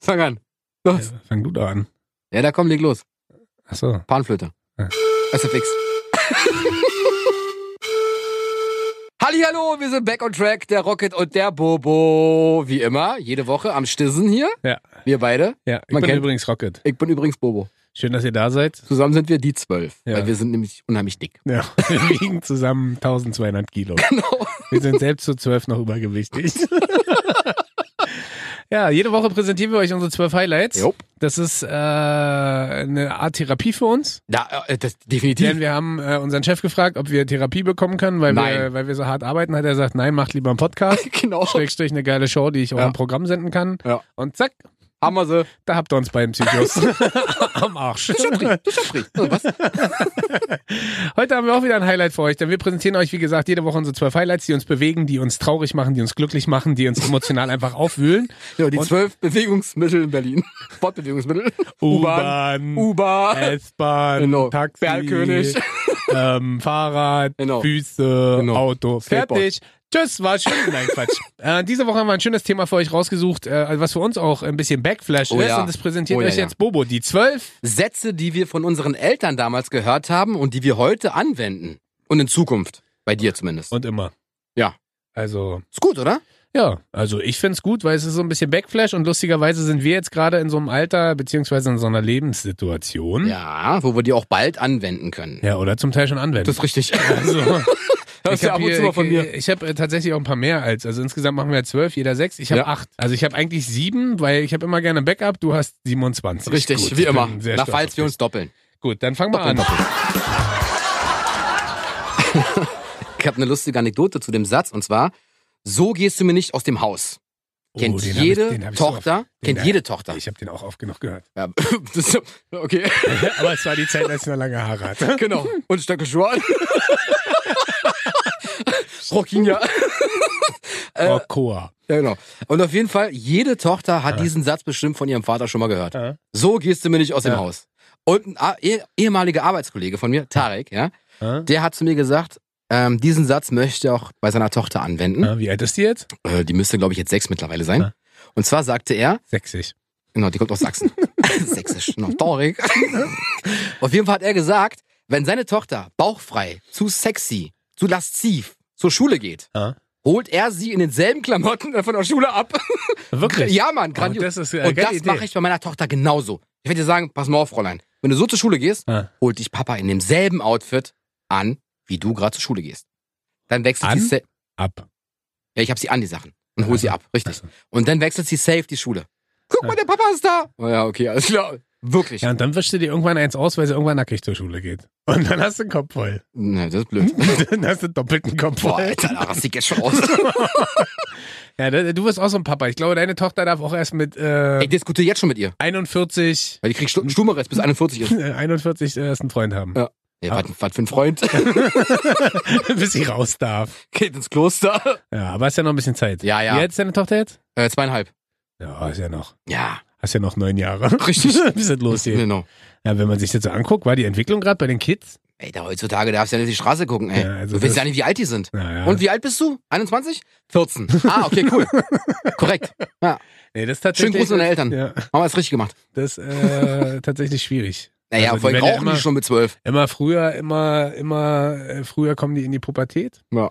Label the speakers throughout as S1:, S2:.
S1: Fang an. Los.
S2: Ja, fang du da an.
S1: Ja, da komm, leg los.
S2: Ach so.
S1: Panflöte.
S2: Ja.
S1: SFX. Hallihallo, wir sind back on track, der Rocket und der Bobo. Wie immer, jede Woche am Stissen hier.
S2: Ja,
S1: Wir beide.
S2: ja. Ich
S1: Man
S2: bin
S1: kennt-
S2: übrigens Rocket.
S1: Ich bin übrigens Bobo.
S2: Schön, dass ihr da seid.
S1: Zusammen sind wir die zwölf.
S2: Ja.
S1: Weil wir sind nämlich unheimlich dick.
S2: Ja. Wir wiegen zusammen 1200 Kilo.
S1: Genau.
S2: Wir sind selbst zu zwölf noch übergewichtig. ja, jede Woche präsentieren wir euch unsere zwölf Highlights.
S1: Jupp.
S2: Das ist äh, eine Art Therapie für uns.
S1: Da, äh, das,
S2: Denn
S1: definitiv.
S2: wir haben äh, unseren Chef gefragt, ob wir Therapie bekommen können, weil wir,
S1: Nein.
S2: weil wir so hart arbeiten. Hat er gesagt, nein, macht lieber einen Podcast.
S1: Genau.
S2: Schrägstrich eine geile Show, die ich auch
S1: Ja.
S2: im Programm senden kann.
S1: Ja.
S2: Und zack,
S1: Haben wir sie.
S2: da habt ihr uns beiden Psychos am Arsch.
S1: Du Schaffrich. So, Also was?
S2: Heute haben wir auch wieder ein Highlight für euch, denn wir präsentieren euch, wie gesagt, jede Woche unsere zwölf Highlights, die uns bewegen, die uns traurig machen, die uns glücklich machen, die uns emotional einfach aufwühlen.
S1: Ja, die
S2: Und-
S1: zwölf Bewegungsmittel in Berlin. Fortbewegungsmittel.
S2: U-Bahn, Äh,
S1: U-Bahn.
S2: S-Bahn,
S1: Genau.
S2: Taxi,
S1: Bergkönig.
S2: ähm, Fahrrad,
S1: Genau.
S2: Füße,
S1: Genau.
S2: Auto.
S1: Skateboard.
S2: Fertig. Tschüss, war schön. Nein, Quatsch. äh, diese Woche haben wir ein schönes Thema für euch rausgesucht, äh, was für uns auch ein bisschen Backflash
S1: Oh
S2: ist.
S1: ja.
S2: Und das präsentiert
S1: Oh ja,
S2: euch
S1: ja.
S2: jetzt Bobo. Die zwölf.
S1: Sätze, die wir von unseren Eltern damals gehört haben und die wir heute anwenden. Und in Zukunft. Bei dir zumindest.
S2: Und immer.
S1: Ja.
S2: Also,
S1: Ist gut, oder?
S2: Ja, also ich find's gut, weil es ist so ein bisschen Backflash und lustigerweise sind wir jetzt gerade in so einem Alter beziehungsweise in so einer Lebenssituation.
S1: Ja, wo wir die auch bald anwenden können.
S2: Hm? Ja, oder zum Teil schon anwenden.
S1: Das ist richtig.
S2: also,
S1: Hörst
S2: ich
S1: ja
S2: hab
S1: ab und
S2: hier-
S1: zu mal von
S2: ich-
S1: mir.
S2: Ich habe tatsächlich auch ein paar mehr als. Also insgesamt machen wir ja zwölf, jeder sechs. Ich habe
S1: Ja.
S2: acht. Also ich habe eigentlich sieben, weil ich habe immer gerne Backup. Du hast 27.
S1: Richtig,
S2: Gut,
S1: wie
S2: ich bin
S1: immer.
S2: sehr
S1: Na, falls
S2: stolz auf
S1: wir
S2: dich. genau.
S1: uns doppeln.
S2: Gut, dann fangen wir an.
S1: Ich habe eine lustige Anekdote zu dem Satz und zwar, so gehst du mir nicht aus dem Haus. Kennt
S2: Oh, den hab
S1: jede
S2: ich- den hab ich so oft-
S1: Tochter, kennt
S2: den-
S1: jede Tochter.
S2: Ich habe den auch oft genug gehört.
S1: Ja, das, okay,
S2: Aber es war die Zeit, als ich noch lange Haare hatte.
S1: genau. Und Stöcke Schuhe an. Rockinia. Äh.
S2: Oh, Koa.
S1: Ja, genau. Und auf jeden Fall, jede Tochter hat
S2: Ja.
S1: diesen Satz bestimmt von ihrem Vater schon mal gehört.
S2: Ja.
S1: So gehst du mir nicht aus dem
S2: Ja.
S1: Haus. Und ein A- eh- ehemaliger Arbeitskollege von mir, Tarek, ja,
S2: Ja.
S1: der hat zu mir gesagt, ähm, diesen Satz möchte er auch bei seiner Tochter anwenden.
S2: Wie alt ist die jetzt?
S1: Äh, die müsste, glaube ich, jetzt sechs mittlerweile sein.
S2: Ja.
S1: Und zwar sagte er,
S2: Sechzig.
S1: genau, die kommt aus Sachsen. Sächsisch, noch Tarek. auf jeden Fall hat er gesagt, wenn seine Tochter bauchfrei, zu sexy, zu lasziv zur Schule geht,
S2: Ja.
S1: holt er sie in denselben Klamotten von der Schule ab.
S2: Wirklich?
S1: Ja, Mann,
S2: Oh,
S1: grandios.
S2: das ist äh,
S1: und das mache ich bei meiner Tochter genauso. Ich werde dir sagen, pass mal auf, Fräulein. Wenn du so zur Schule gehst,
S2: Ah.
S1: holt dich Papa in demselben Outfit an, wie du gerade zur Schule gehst. Dann wechselt
S2: An?
S1: sie sa-
S2: ab.
S1: Ja, ich hab sie an, die Sachen. Und hol sie
S2: Also,
S1: ab, richtig.
S2: Also.
S1: Und dann wechselt sie safe die Schule. Guck mal, der Papa ist da. Oh ja, okay, alles klar. Wirklich.
S2: Ja, und dann wischst du dir irgendwann eins aus, weil sie irgendwann nackig zur Schule geht. Und dann hast du einen Kopf voll.
S1: Ne, das ist blöd.
S2: dann hast du doppelt einen Kopf
S1: Boah,
S2: voll.
S1: Alter, da rast ich jetzt schon aus.
S2: Ja, da- du bist auch so ein Papa. Ich glaube, deine Tochter darf auch erst mit äh,
S1: Ich diskutiere jetzt schon mit ihr.
S2: 41,
S1: Weil die kriegt Stu- Stummeres bis 41 ist.
S2: äh, 41 erst einen Freund haben,
S1: Ja. Ja, was, was für ein Freund.
S2: bis sie raus darf.
S1: Geht ins Kloster.
S2: Ja, aber hast ja noch ein bisschen Zeit.
S1: Ja, ja.
S2: Wie alt ist deine Tochter jetzt?
S1: Äh, zweieinhalb.
S2: Ja, ist ja noch.
S1: Ja,
S2: Hast ja noch neun Jahre.
S1: Richtig.
S2: Bis es losgeht.
S1: genau.
S2: Ja, wenn man sich das so anguckt, war die Entwicklung gerade bei den Kids?
S1: Ey, da heutzutage darfst du ja nicht auf die Straße gucken, ey.
S2: Ja, also
S1: du weißt
S2: das-
S1: ja nicht, wie alt die sind.
S2: Naja.
S1: Und wie alt bist du? 21? 14. Ah, okay, cool. Korrekt. Ja,
S2: nee, das ist
S1: Schönen
S2: tatsächlich.
S1: Gruß an deine Eltern.
S2: Ja.
S1: haben wir es richtig gemacht.
S2: Das äh, tatsächlich schwierig.
S1: Naja,
S2: Also, die
S1: vor allem
S2: werden ja
S1: rauchen
S2: immer-
S1: die schon mit 12.
S2: Immer früher, immer, immer äh, früher kommen die in die Pubertät.
S1: Ja.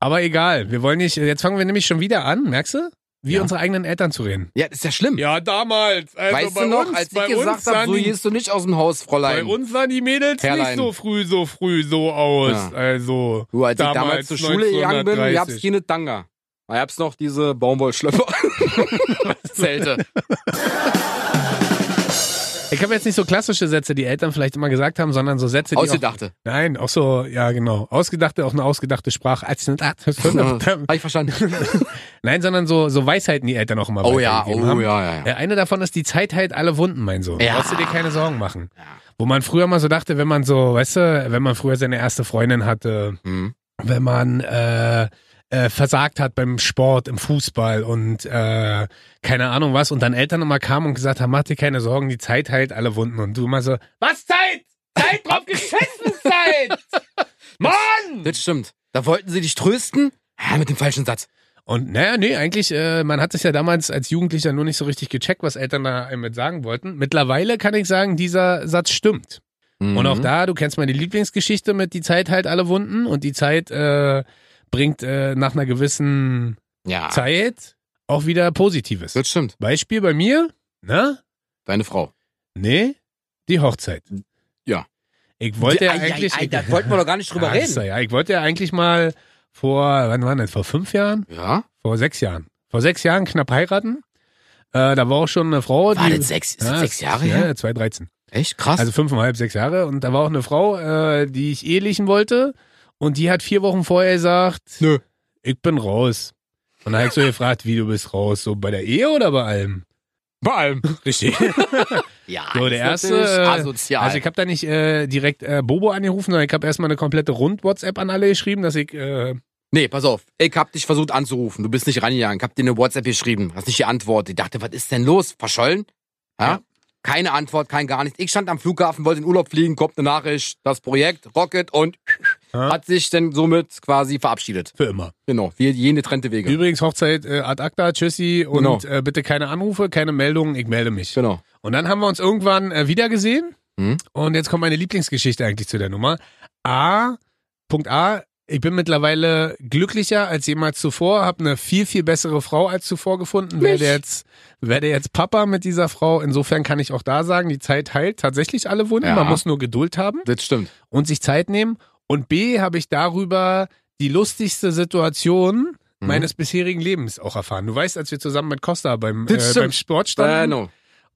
S2: Aber egal, wir wollen nicht. Jetzt fangen wir nämlich schon wieder an, merkst du? Wie
S1: Ja.
S2: unsere eigenen Eltern zu reden.
S1: Ja, das ist ja schlimm.
S2: Ja, damals. Also
S1: weißt du noch, als ich gesagt habe, so gehst du nicht aus dem Haus, Fräulein.
S2: uns sahen die Mädels
S1: Herrlein.
S2: früh, so früh, so aus.
S1: Ja.
S2: Also.
S1: du, als ich damals zur Schule gegangen bin, gab's keine Tanga. Da gab's noch diese Baumwollschlöpfer. Zelte.
S2: Ich habe jetzt nicht so klassische Sätze, die Eltern vielleicht immer gesagt haben, sondern so Sätze, die auch
S1: Ausgedachte.
S2: Nein, auch so, ja genau. Ausgedachte, auch eine ausgedachte Sprache. Als-
S1: Hab ich verstanden.
S2: Nein, sondern so, so Weisheiten, die Eltern auch immer
S1: Oh ja,
S2: weitergegeben
S1: oh
S2: haben.
S1: ja, ja, ja.
S2: Äh, Eine davon ist, die Zeit heilt alle Wunden, mein Sohn.
S1: Ja.
S2: Ja. Brauchst du dir keine Sorgen machen.
S1: Ja.
S2: Wo man früher mal so dachte, wenn man so, weißt du, wenn man früher seine erste Freundin hatte,
S1: Hm.
S2: wenn man äh, äh, versagt hat beim Sport, im Fußball und äh, keine Ahnung was und dann Eltern immer kamen und gesagt haben, mach dir keine Sorgen, die Zeit heilt alle Wunden und du immer so, was Zeit? Zeit drauf geschissen Zeit! Mann!
S1: Das stimmt. Da wollten sie dich trösten? Ja, mit dem falschen Satz.
S2: Und naja, nee, eigentlich, äh, man hat es ja damals als Jugendlicher nur nicht so richtig gecheckt, was Eltern da einem mit sagen wollten. Mittlerweile kann ich sagen, dieser Satz stimmt. Und
S1: Mhm.
S2: auch da, du kennst meine Lieblingsgeschichte mit die Zeit halt alle Wunden und die Zeit äh, bringt äh, nach einer gewissen
S1: Ja,
S2: Zeit auch wieder Positives.
S1: das stimmt.
S2: Beispiel bei mir, ne?
S1: Deine Frau.
S2: Nee, die Hochzeit.
S1: Ja.
S2: Ich wollte ja
S1: Ei, ei,
S2: eigentlich.
S1: ei, da wollten wir doch gar nicht drüber
S2: Angst,
S1: reden.
S2: Ja, ich wollte ja eigentlich mal vor, wann war denn das? Vor fünf Jahren?
S1: Ja?
S2: Vor sechs Jahren. Vor sechs Jahren knapp heiraten. Äh, da war auch schon eine Frau,
S1: War
S2: die.
S1: das sechs, ist das
S2: Ja,
S1: sechs Jahre
S2: ja,
S1: her?
S2: 2013.
S1: Echt krass.
S2: Also fünfeinhalb, sechs Jahre. Und da war auch eine Frau, äh, die ich ehelichen wollte. Und die hat vier Wochen vorher gesagt,
S1: Nö.
S2: ich bin raus. Und dann habe ich so gefragt, wie du bist raus? So bei der Ehe oder bei allem?
S1: bei allem.
S2: Richtig.
S1: Ja,
S2: So,
S1: ist
S2: der erste,
S1: natürlich
S2: äh,
S1: asozial.
S2: Also ich habe da nicht äh, direkt äh, Bobo angerufen, sondern ich habe erstmal eine komplette Rund-WhatsApp an alle geschrieben, dass ich, äh,
S1: nee, pass auf. Ich hab dich versucht anzurufen. Du bist nicht rangegangen. Ich hab dir eine WhatsApp geschrieben. Hast nicht geantwortet. Ich dachte, was ist denn los? Verschollen? Ja?
S2: Ja.
S1: Keine Antwort, kein gar nichts. Ich stand am Flughafen, wollte in Urlaub fliegen, kommt eine Nachricht. Das Projekt Rocket und
S2: Ja.
S1: hat sich denn somit quasi verabschiedet.
S2: für immer.
S1: Genau. Wir jene trennte Wege.
S2: Übrigens Hochzeit äh, ad acta, tschüssi und
S1: Genau.
S2: äh, bitte keine Anrufe, keine Meldungen, ich melde mich.
S1: Genau.
S2: Und dann haben wir uns irgendwann äh, wieder gesehen.
S1: Mhm.
S2: Und jetzt kommt meine Lieblingsgeschichte eigentlich zu der Nummer. A, Punkt A, ich bin mittlerweile glücklicher als jemals zuvor, habe eine viel, viel bessere Frau als zuvor gefunden, werde
S1: Mich.
S2: jetzt, werde jetzt Papa mit dieser Frau. Insofern kann ich auch da sagen, die Zeit heilt tatsächlich alle Wunden.
S1: Ja.
S2: Man muss nur Geduld haben
S1: Das stimmt.
S2: und sich Zeit nehmen. Und B, habe ich darüber die lustigste Situation
S1: Mhm.
S2: meines bisherigen Lebens auch erfahren. Du weißt, als wir zusammen mit Costa beim, äh,
S1: Das stimmt.
S2: beim Sport standen,
S1: Genau.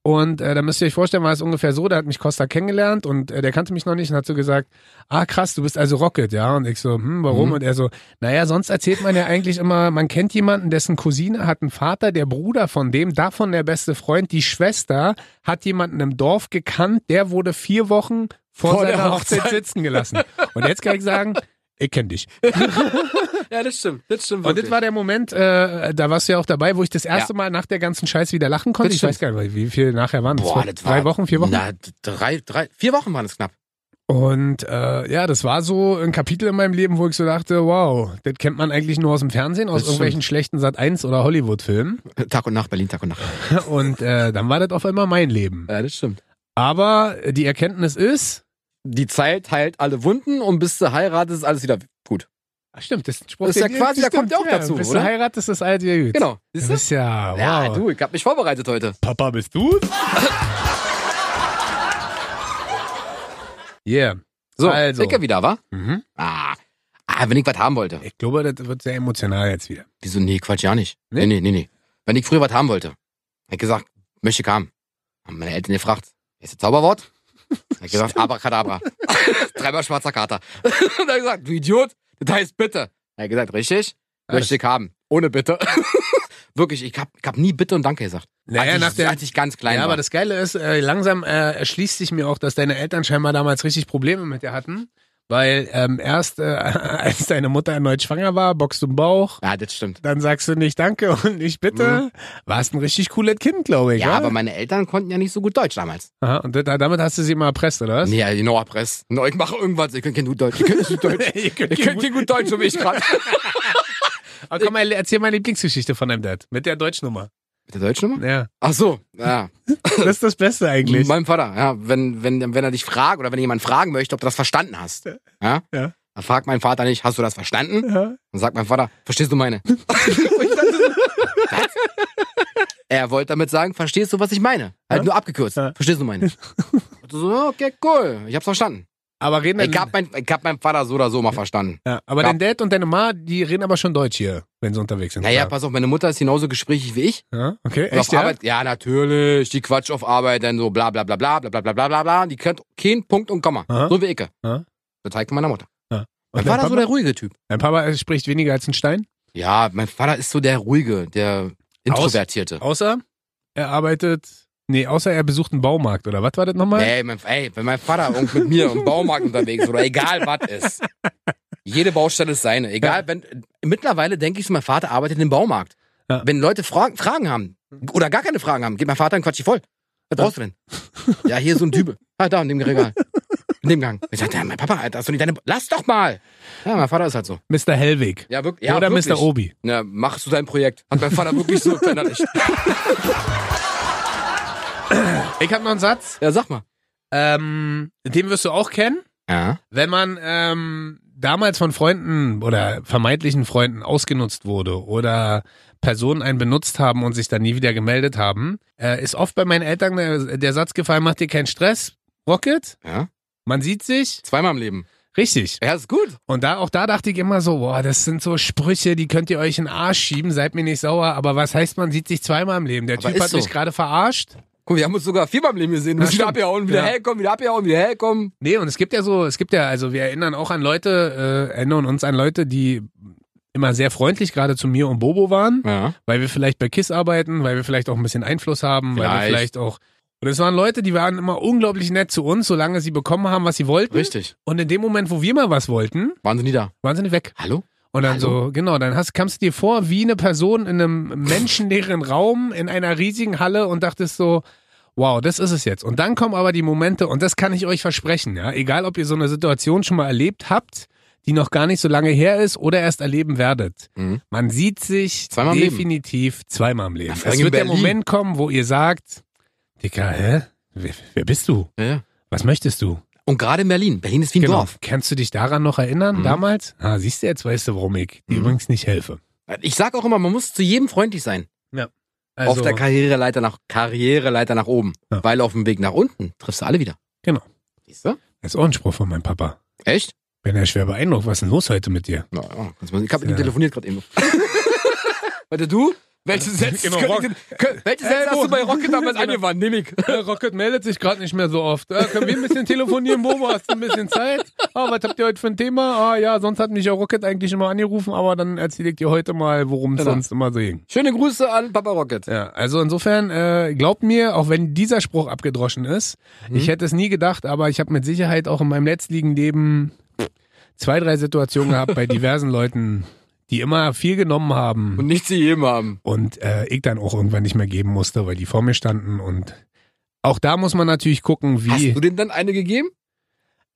S2: und äh, da müsst ihr euch vorstellen, war es ungefähr so, da hat mich Costa kennengelernt und äh, der kannte mich noch nicht und hat so gesagt, ah krass, du bist also Rocket, ja. Und ich so, hm, warum?
S1: Mhm.
S2: Und er so, naja, sonst erzählt man ja eigentlich immer, man kennt jemanden, dessen Cousine hat einen Vater, der Bruder von dem, davon der beste Freund, die Schwester hat jemanden im Dorf gekannt, der wurde vier Wochen vor,
S1: Vor der
S2: seiner Hochzeit.
S1: Hochzeit.
S2: sitzen gelassen. Und jetzt kann ich sagen, ich kenne dich.
S1: Ja, das stimmt. Das stimmt.
S2: Und das war der Moment, äh, da warst du ja auch dabei, wo ich das erste
S1: Ja.
S2: Mal nach der ganzen Scheiße wieder lachen konnte.
S1: Das
S2: ich weiß gar nicht, wie viel nachher waren. das
S1: Boah,
S2: war
S1: das war
S2: drei Wochen, vier Wochen.
S1: Na, d- drei, drei, vier Wochen waren es knapp.
S2: Und äh, ja, das war so ein Kapitel in meinem Leben, wo ich so dachte, wow, das kennt man eigentlich nur aus dem Fernsehen, aus
S1: Das
S2: irgendwelchen schlechten Sat 1 oder Hollywood-Filmen.
S1: Tag und Nacht, Berlin, Tag und Nacht.
S2: Und äh, dann war das auf einmal mein Leben.
S1: Ja, das stimmt.
S2: Aber äh, die Erkenntnis ist,
S1: Die Zeit heilt alle Wunden und bis du heiratest, ist alles wieder gut.
S2: ach stimmt, das ist ein Spruch.
S1: Das ist ja
S2: den-
S1: quasi-
S2: das
S1: da kommt ja auch
S2: ja,
S1: dazu,
S2: Bist
S1: oder?
S2: du heiratest, ist alles wieder gut.
S1: Genau.
S2: Du
S1: Siehst du?
S2: bist ja, wow.
S1: Ja, du, ich hab mich vorbereitet heute.
S2: Papa, bist du? yeah.
S1: So,
S2: Also.
S1: Ecke wieder, wa?
S2: Mhm.
S1: Ah. ah, wenn ich was haben wollte.
S2: Ich glaube, das wird sehr emotional jetzt wieder.
S1: Wieso? Nee, Quatsch, ja nicht.
S2: Nee?
S1: Nee, nee, nee, nee. Wenn ich früher was haben wollte, hab ich gesagt, möchte ich haben. Haben meine Eltern gefragt, ist das Zauberwort? Hab ich gesagt, Abracadabra. Dreimal schwarzer Kater. Und dann gesagt, du Idiot, das heißt bitte. Hab ich gesagt, richtig, möchte ich haben. Ohne bitte. Wirklich, ich hab, ich hab nie bitte und danke gesagt. als
S2: Naja,
S1: ich,
S2: nach der,
S1: als ich ganz klein
S2: ja,
S1: war.
S2: aber das Geile ist, äh, langsam äh, erschließt sich mir auch, dass deine Eltern scheinbar damals richtig Probleme mit dir hatten. Weil ähm, erst äh, als deine Mutter erneut schwanger war, boxt du im Bauch,
S1: ja, das stimmt.
S2: dann sagst du nicht Danke und nicht Bitte. Warst ein richtig cooles Kind, glaube ich.
S1: Mhm. Ja,
S2: wa?
S1: aber meine Eltern konnten ja nicht so gut Deutsch damals.
S2: Aha, und da- damit hast du sie mal erpresst, oder was?
S1: Nee, ja, genau, Press. No, ich mache irgendwas, ich kann kein gut Deutsch. Ich kann nicht Deutsch.
S2: Ihr könnt
S1: Ich
S2: hier
S1: kann
S2: gut-
S1: kein gut Deutsch, so wie ich gerade.
S2: Aber komm, mal, erzähl mal Lieblingsgeschichte von deinem Dad. Mit der Deutschnummer.
S1: Mit der Deutschnummer?
S2: Ja.
S1: Ach so, ja.
S2: Das ist das Beste eigentlich.
S1: Mein Vater, ja, wenn, wenn, wenn er dich fragt oder wenn jemand fragen möchte, ob du das verstanden hast, ja,
S2: Ja.
S1: dann fragt mein Vater nicht, hast du das verstanden?
S2: Ja.
S1: Dann sagt mein Vater, verstehst du meine? Und ich dachte so, was? er wollte damit sagen, verstehst du, was ich meine? Halt
S2: Ja.
S1: nur abgekürzt,
S2: Ja.
S1: verstehst du meine? Und so, ja, okay, cool, ich hab's verstanden.
S2: Aber reden
S1: Ich
S2: dann,
S1: hab, mein, ich hab meinen Vater so oder so mal verstanden.
S2: ja, aber
S1: Ja.
S2: dein Dad und deine Ma, die reden aber schon Deutsch hier, wenn sie unterwegs sind.
S1: Naja,
S2: klar.
S1: pass auf, meine Mutter ist genauso gesprächig wie ich.
S2: ja. Okay,
S1: Und
S2: echt,
S1: auf
S2: ja?
S1: Arbeit, ja, natürlich, die Quatsch auf Arbeit, dann so bla bla bla bla bla bla bla bla bla bla. Die kennt keinen Punkt und Komma.
S2: Aha.
S1: So wie Icke.
S2: Aha.
S1: So zeigt meiner Mutter.
S2: Und
S1: Mein Vater
S2: dein
S1: ist so
S2: Papa?
S1: der ruhige Typ.
S2: Dein Papa spricht weniger als ein Stein,
S1: Ja, mein Vater ist so der ruhige, der Introvertierte.
S2: außer er arbeitet, nee, außer er besucht einen Baumarkt, oder was war das nochmal?
S1: Ey, mein, ey, wenn mein Vater irgend mit mir im Baumarkt unterwegs ist oder egal was ist. Jede Baustelle ist seine. Egal, wenn mittlerweile denke ich, so, mein Vater arbeitet im Baumarkt.
S2: Ja.
S1: Wenn Leute Fra Fragen haben oder gar keine Fragen haben, geht mein Vater und quatscht die voll. Was brauchst du denn? Ja, hier ist so ein Typ. Ah, da in dem Regal. in dem Gang. Ich sagte, ja, mein Papa, Alter, hast du nicht deine. Lass doch mal! Ja, mein Vater ist halt so.
S2: Mr. Hellwig.
S1: Ja, wirklich. Ja,
S2: Oder
S1: wirklich.
S2: Mr. Obi.
S1: Na, machst du dein Projekt. Hat mein Vater wirklich so verinnerlicht.
S2: Ich habe noch einen Satz.
S1: Ja, sag mal.
S2: Ähm, den wirst du auch kennen.
S1: Ja.
S2: Wenn man ähm, damals von Freunden oder vermeintlichen Freunden ausgenutzt wurde oder Personen einen benutzt haben und sich dann nie wieder gemeldet haben, äh, ist oft bei meinen Eltern der, der Satz gefallen, mach dir keinen Stress, Rocket,
S1: Ja.
S2: man sieht sich.
S1: Zweimal im Leben.
S2: Richtig.
S1: Ja, ist gut.
S2: Und da auch da dachte ich immer so, boah, das sind so Sprüche, die könnt ihr euch in den Arsch schieben, seid mir nicht sauer, aber was heißt, man sieht sich zweimal im Leben? Der
S1: Aber
S2: Typ
S1: ist
S2: hat
S1: so.
S2: mich gerade verarscht.
S1: Guck, wir haben uns sogar viermal im Leben gesehen. Du
S2: Ja,
S1: bist wieder
S2: stimmt.
S1: abgehauen, wieder
S2: Ja.
S1: herkommen, wieder abgehauen, wieder herkommen.
S2: Nee, und es gibt ja so, es gibt ja, also wir erinnern auch an Leute, äh, erinnern uns an Leute, die immer sehr freundlich gerade zu mir und Bobo waren,
S1: Ja.
S2: weil wir vielleicht bei KISS arbeiten, weil wir vielleicht auch ein bisschen Einfluss haben, weil wir
S1: Vielleicht.
S2: vielleicht auch. Und es waren Leute, die waren immer unglaublich nett zu uns, solange sie bekommen haben, was sie wollten.
S1: Richtig.
S2: Und in dem Moment, wo wir mal was wollten,
S1: Waren sie nie da?
S2: waren sie nicht weg.
S1: Hallo?
S2: Und dann
S1: Hallo?
S2: so, genau, dann hast, kamst du dir vor wie eine Person in einem menschenleeren Raum, in einer riesigen Halle und dachtest so, wow, das ist es jetzt. Und dann kommen aber die Momente, und das kann ich euch versprechen, ja, egal ob ihr so eine Situation schon mal erlebt habt, die noch gar nicht so lange her ist oder erst erleben werdet.
S1: Mhm.
S2: Man sieht sich
S1: Zweimal im Leben.
S2: definitiv zweimal im Leben.
S1: vor
S2: Es
S1: allem in
S2: wird der
S1: Berlin.
S2: Moment kommen, wo ihr sagt, Dicker, hä? Wer, wer bist du?
S1: Ja, ja.
S2: Was möchtest du?
S1: Und gerade in Berlin. Berlin ist wie ein
S2: Genau.
S1: Dorf.
S2: Kannst du dich daran noch erinnern,
S1: Mhm.
S2: damals? Ah, siehst du, jetzt weißt du, warum ich dir
S1: Mhm.
S2: übrigens nicht helfe.
S1: Ich sag auch immer, man muss zu jedem freundlich sein.
S2: Also,
S1: auf der Karriereleiter nach Karriereleiter nach oben.
S2: Ja.
S1: Weil auf dem Weg nach unten triffst du alle wieder.
S2: Genau.
S1: Siehst du?
S2: Das ist auch ein Spruch von meinem Papa.
S1: Echt?
S2: Bin ja schwer beeindruckt, was ist denn los heute mit dir?
S1: Na, ja. kannst du mal- Ich habe mit
S2: Ja.
S1: ihm telefoniert gerade eben. Warte, du? Welche Sätze,
S2: Genau,
S1: könnte ich denn- kö- welche Sätze
S2: Äh,
S1: hast du bei Rocket damals
S2: Genau.
S1: angewandt? Nehm ich.
S2: Rocket meldet sich gerade nicht mehr so oft. Äh, können wir ein bisschen telefonieren, Bobo? Hast du ein bisschen Zeit? Ah, was habt ihr heute für ein Thema? Ah ja, sonst hat mich ja Rocket eigentlich immer angerufen, aber dann erzähle ich dir heute mal, worum es
S1: Genau.
S2: sonst immer so ging.
S1: Schöne Grüße an Papa Rocket.
S2: Ja, also insofern, äh, glaubt mir, auch wenn dieser Spruch abgedroschen ist,
S1: Mhm.
S2: ich hätte es nie gedacht, aber ich habe mit Sicherheit auch in meinem letztliegen Leben zwei, drei Situationen gehabt bei diversen Leuten, die immer viel genommen haben.
S1: Und nicht zu jedem haben.
S2: und äh, ich dann auch irgendwann nicht mehr geben musste, weil die vor mir standen und auch da muss man natürlich gucken,
S1: Hast
S2: wie
S1: du dem dann eine gegeben?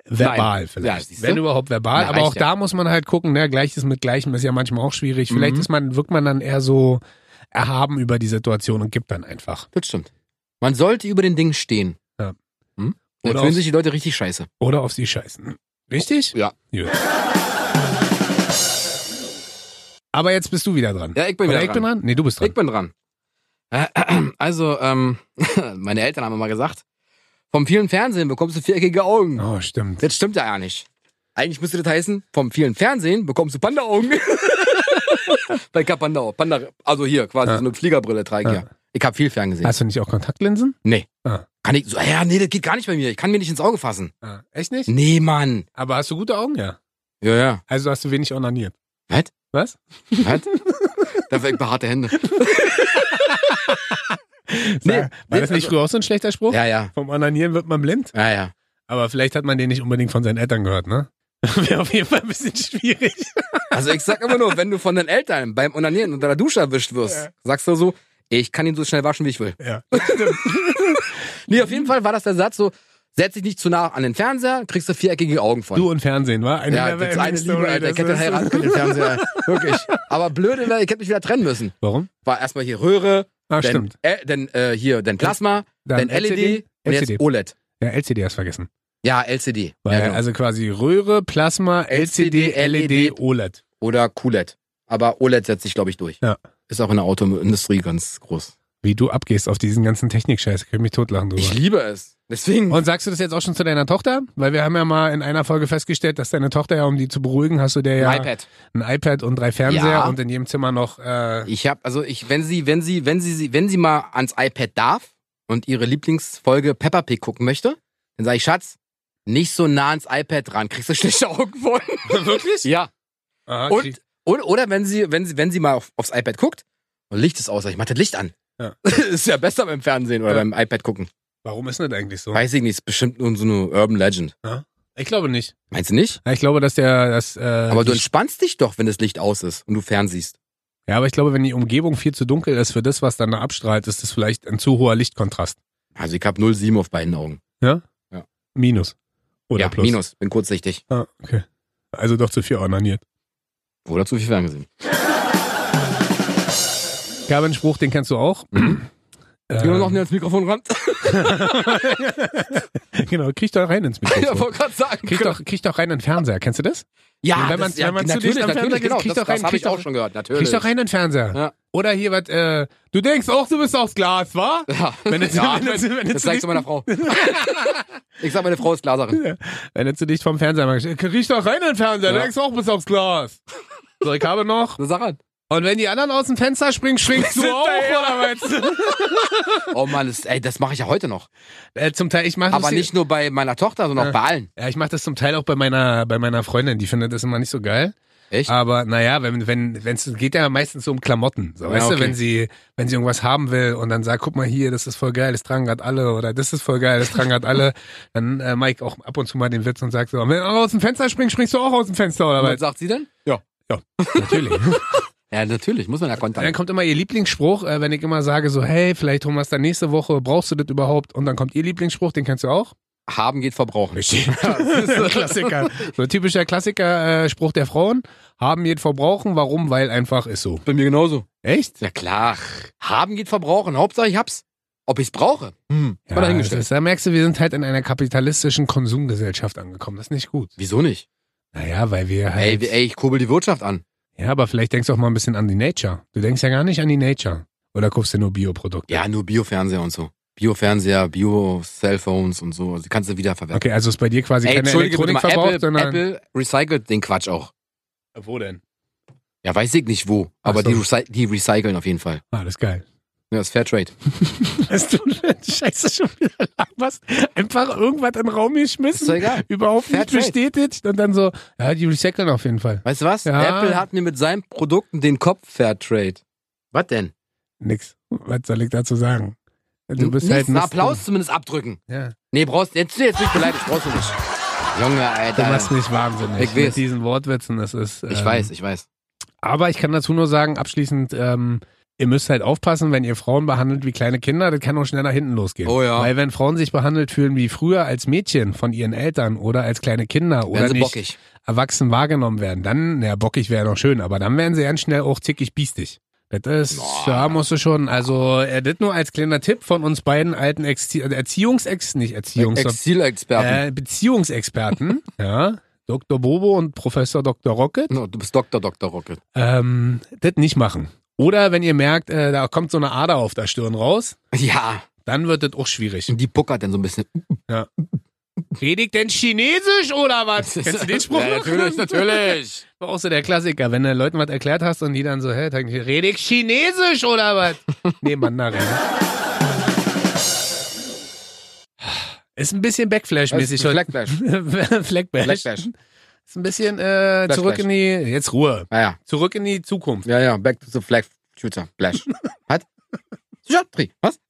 S2: verbal
S1: Nein. Ja,
S2: vielleicht,
S1: siehst du?
S2: wenn überhaupt verbal,
S1: Na,
S2: aber auch
S1: reicht ja.
S2: da muss man halt gucken, ne, Gleiches mit Gleichem ist ja manchmal auch schwierig. Vielleicht
S1: Mhm.
S2: ist man wirkt man dann eher so erhaben über die Situation und gibt dann einfach.
S1: Das stimmt. Man sollte über den Dingen stehen.
S2: Ja.
S1: Hm? Dann
S2: Oder
S1: fühlen
S2: auf-
S1: sich die Leute richtig scheiße.
S2: Oder auf sie scheißen. Richtig?
S1: Ja.
S2: Gut. Aber jetzt bist du wieder dran.
S1: Ja, ich bin
S2: Oder
S1: wieder
S2: ich bin
S1: dran.
S2: dran? Nee, du bist dran.
S1: Ich bin dran. Äh, Also, ähm, meine Eltern haben immer gesagt, vom vielen Fernsehen bekommst du viereckige Augen.
S2: Oh, stimmt.
S1: Das stimmt ja gar nicht. Eigentlich müsste das heißen, vom vielen Fernsehen bekommst du Panda-Augen. Weil ich hab Panda, Panda, also hier quasi
S2: Ja.
S1: so eine Fliegerbrille trage ich
S2: Ja.
S1: ja. Ich hab viel Fernsehen gesehen.
S2: Hast du nicht auch Kontaktlinsen?
S1: Nee.
S2: Ah.
S1: Kann ich, so, ja, nee, das geht gar nicht bei mir. Ich kann mir nicht ins Auge fassen.
S2: Ah, echt nicht?
S1: Nee, Mann.
S2: Aber hast du gute Augen? Ja.
S1: Ja, ja.
S2: Also hast du wenig onaniert.
S1: Was?
S2: Was?
S1: Was? Dafür ich behaarte Hände.
S2: Nee,
S1: Nee,
S2: War
S1: nee,
S2: das nicht
S1: also-
S2: früher auch so ein schlechter Spruch?
S1: Ja, ja.
S2: Vom Onanieren wird man blind.
S1: Ja, Ah, ja.
S2: Aber vielleicht hat man den nicht unbedingt von seinen Eltern gehört, ne? Wäre auf jeden Fall ein bisschen schwierig.
S1: Also ich sag immer nur, wenn du von deinen Eltern beim Onanieren unter der Dusche erwischt wirst,
S2: Ja.
S1: sagst du so, ich kann ihn so schnell waschen, wie ich will.
S2: Ja.
S1: Nee, auf jeden Fall war das der Satz so, setz dich nicht zu nah an den Fernseher, kriegst du viereckige Augen von.
S2: Du und Fernsehen, war? Eine
S1: ja,
S2: der
S1: das ist eine
S2: besten,
S1: Liebe,
S2: oder?
S1: Alter.
S2: Das
S1: Ich hätte
S2: ist-
S1: heiraten können, den Fernseher. Wirklich. Aber blöde wäre, ich hätte mich wieder trennen müssen.
S2: Warum?
S1: War erstmal hier Röhre, dann,
S2: Ah, stimmt.
S1: äh, dann äh, hier, dann Plasma, dann, LED E und jetzt
S2: LCD.
S1: OLED.
S2: Ja, LCD hast vergessen.
S1: Ja, LCD.
S2: Weil,
S1: ja, genau.
S2: Also quasi Röhre, Plasma, LCD,
S1: E
S2: LED, OLED.
S1: Oder QLED. Aber OLED setzt sich, glaube ich, durch.
S2: Ja.
S1: Ist auch in der Autoindustrie ganz groß.
S2: Wie du abgehst auf diesen ganzen Technik-Scheiß, ich könnte mich totlachen drüber.
S1: Ich liebe es. Deswegen.
S2: Und sagst du das jetzt auch schon zu deiner Tochter? Weil wir haben ja mal in einer Folge festgestellt, dass deine Tochter ja, um die zu beruhigen, hast du der ja
S1: Ein iPad.
S2: ein iPad und drei Fernseher
S1: Ja.
S2: und in jedem Zimmer noch. Äh,
S1: Ich habe also ich wenn sie wenn sie wenn sie- sie wenn sie mal ans iPad darf und ihre Lieblingsfolge Peppa Pig gucken möchte, dann sage ich Schatz, nicht so nah ans iPad ran, kriegst du schlechte Augen von.
S2: Wirklich?
S1: ja.
S2: Aha, okay.
S1: Und, und oder wenn sie wenn sie wenn sie mal auf, aufs iPad guckt und Licht ist aus, sag ich mach das Licht an.
S2: Ja.
S1: ist ja besser beim Fernsehen oder
S2: Ja.
S1: beim iPad gucken.
S2: Warum ist das eigentlich so?
S1: Weiß ich nicht, ist bestimmt nur so eine Urban Legend.
S2: Ich glaube nicht.
S1: Meinst du nicht?
S2: Ja, Ich glaube, dass der, dass, äh,
S1: Aber du
S2: die,
S1: entspannst dich doch, wenn das Licht aus ist und du fernsiehst.
S2: ja, aber ich glaube, wenn die Umgebung viel zu dunkel ist für das, was dann da abstrahlt, ist das vielleicht ein zu hoher Lichtkontrast.
S1: Also ich habe 0,7 auf beiden Augen.
S2: Minus. Oder
S1: ja,
S2: plus.
S1: Minus, bin kurzsichtig.
S2: Ah, okay. Also doch zu viel ordiniert.
S1: Oder zu viel ferngesehen.
S2: Gab einen Spruch, den kannst du auch. Äh,
S1: Gehen wir noch näher ans Mikrofon ran.
S2: genau, krieg doch rein ins
S1: ich
S2: Mikrofon.
S1: wollte gerade sagen.
S2: Krieg doch, krieg doch rein in den Fernseher. Kennst du das?
S1: ja,
S2: wenn man-
S1: das, ja,
S2: wenn man zu
S1: natürlich,
S2: dicht am Fernseher
S1: natürlich, genau.
S2: kriegt
S1: Das,
S2: doch rein,
S1: das habe
S2: kriegt
S1: ich auch
S2: doch-
S1: schon gehört, natürlich.
S2: Krieg doch rein in den Fernseher.
S1: Ja.
S2: Oder hier was, äh, du denkst auch, du bist aus Glas, wa?
S1: Ja,
S2: Wenn du-
S1: ja
S2: wenn du- wenn du
S1: das
S2: zu
S1: zeigst du meiner Frau. ich sag, meine Frau ist Glaserin.
S2: Wenn du zu dicht vom Fernseher machst, äh, krieg doch rein in den Fernseher, du
S1: Ja.
S2: denkst auch bis aufs Glas. So, ich habe noch.
S1: Eine Sache.
S2: Und wenn die anderen aus dem Fenster springen, springst du auch, oder was?
S1: Oh Mann, das, ey, das mache ich ja heute noch.
S2: äh, zum Teil, ich mache
S1: Aber
S2: das
S1: nicht nur bei meiner Tochter, sondern auch bei allen.
S2: Ja, ich mache das zum Teil auch bei meiner, bei meiner Freundin, die findet das immer nicht so geil.
S1: Echt?
S2: Aber naja, wenn, wenn, wenn's geht ja meistens so um Klamotten. So,
S1: Ja,
S2: weißt du,
S1: okay.
S2: wenn sie, wenn sie irgendwas haben will und dann sagt, guck mal hier, das ist voll geil, das tragen grad alle oder das ist voll geil, das tragen grad alle, dann äh, Mike auch ab und zu mal den Witz und sagt so, wenn du aus dem Fenster springst, springst du auch aus dem Fenster oder
S1: Und was
S2: was?
S1: sagt sie denn?
S2: Natürlich.
S1: Ja, natürlich, muss man ja
S2: Und dann
S1: kontern.
S2: kommt immer ihr Lieblingsspruch, äh, wenn ich immer sage so, hey, vielleicht holen wir es dann nächste Woche, brauchst du das überhaupt? Und dann kommt ihr Lieblingsspruch, den kennst du auch?
S1: Haben geht verbrauchen.
S2: Richtig. Klassiker. So ein typischer Klassiker-Spruch der Frauen. Haben jeden verbrauchen. Warum? Weil einfach ist so.
S1: Bei mir genauso.
S2: Echt?
S1: Ja klar. Haben geht verbrauchen. Hauptsache ich hab's. Ob ich's brauche. Hm.
S2: Ja,
S1: mal dahingestellt.
S2: das ist- da merkst du, wir sind halt in einer kapitalistischen Konsumgesellschaft angekommen. Das ist nicht gut.
S1: Wieso nicht?
S2: Naja, weil wir
S1: Ey,
S2: halt.
S1: wie- ey, ich kurbel die Wirtschaft an.
S2: ja, aber vielleicht denkst du auch mal ein bisschen an die Nature. Du denkst ja gar nicht an die Nature. Oder kaufst du nur Bioprodukte?
S1: Ja, nur Biofernseher und so. Biofernseher, Bio-Cellphones und so. Also, Die kannst du wiederverwerten.
S2: Okay, also ist bei dir quasi
S1: Ey,
S2: keine
S1: entschuldige bitte
S2: Elektronik
S1: mal,
S2: verbraucht,
S1: Apple,
S2: sondern.
S1: Apple recycelt den Quatsch auch.
S2: Wo denn?
S1: Ja, weiß ich nicht wo, aber
S2: so.
S1: die, recy die recyceln auf jeden Fall.
S2: Ah, das ist geil.
S1: Ja, ist Fairtrade.
S2: Dass du Scheiße schon wieder laberst. Einfach irgendwas in den Raum geschmissen.
S1: Ist doch egal.
S2: überhaupt
S1: Fair
S2: nicht
S1: trade.
S2: bestätigt und dann so, ja, die recyceln auf jeden Fall.
S1: Weißt du was?
S2: Ja.
S1: Apple hat mir mit seinen Produkten den Kopf Fairtrade. Was denn?
S2: Nix. Was soll ich dazu sagen? Du bist
S1: Nichts,
S2: halt
S1: einen
S2: Mist.
S1: Applaus zumindest abdrücken.
S2: Ja.
S1: Nee, brauchst jetzt jetzt nicht beleidigt, brauchst du nicht. Junge,
S2: Du machst
S1: Alter.
S2: mich wahnsinnig
S1: Äh, Ich
S2: mit
S1: weiß.
S2: diesen Wortwitzen. Das ist, ähm,
S1: Ich weiß, ich weiß.
S2: Aber ich kann dazu nur sagen, abschließend, ähm, ihr müsst halt aufpassen, wenn ihr Frauen behandelt wie kleine Kinder, das kann auch schnell nach hinten losgehen.
S1: Oh ja.
S2: Weil wenn Frauen sich behandelt fühlen wie früher als Mädchen von ihren Eltern oder als kleine Kinder
S1: Werden
S2: oder
S1: sie
S2: nicht
S1: Also bockig.
S2: erwachsen wahrgenommen werden, dann, ja, bockig wäre noch schön, aber dann wären sie ganz schnell auch zickig biestig. Das ist,
S1: Boah.
S2: ja, musst du schon. Also, äh, das nur als kleiner Tipp von uns beiden alten Exti- äh, Erziehungsex, nicht Erziehungs,
S1: Exilexperten.
S2: äh, Beziehungsexperten, ja, Dr. Bobo und Professor Dr. Rocket,
S1: No, du bist Doktor, Dr. Rocket.
S2: ähm, das nicht machen. Oder wenn ihr merkt, äh, da kommt so eine Ader auf der Stirn raus,
S1: Ja,
S2: dann wird das auch schwierig.
S1: und die puckert dann so ein bisschen.
S2: Predigt denn Chinesisch oder was? Kennst du den Spruch
S1: ja,
S2: noch?
S1: natürlich, natürlich.
S2: War auch so der Klassiker, wenn du Leuten was erklärt hast und die dann so, hä, denk ich, rede ich Chinesisch oder was? nee, Mandarin. Ist ein bisschen Backflash-mäßig heute.
S1: Blackflash.
S2: Fleckbash.
S1: Blackflash.
S2: Ist ein bisschen äh,
S1: Flash,
S2: zurück
S1: Flash.
S2: in die, jetzt Ruhe,
S1: Ja, Ah ja.
S2: zurück in die Zukunft.
S1: Ja, ja, back to the flag future, flash. Was? Psychiatrie, was?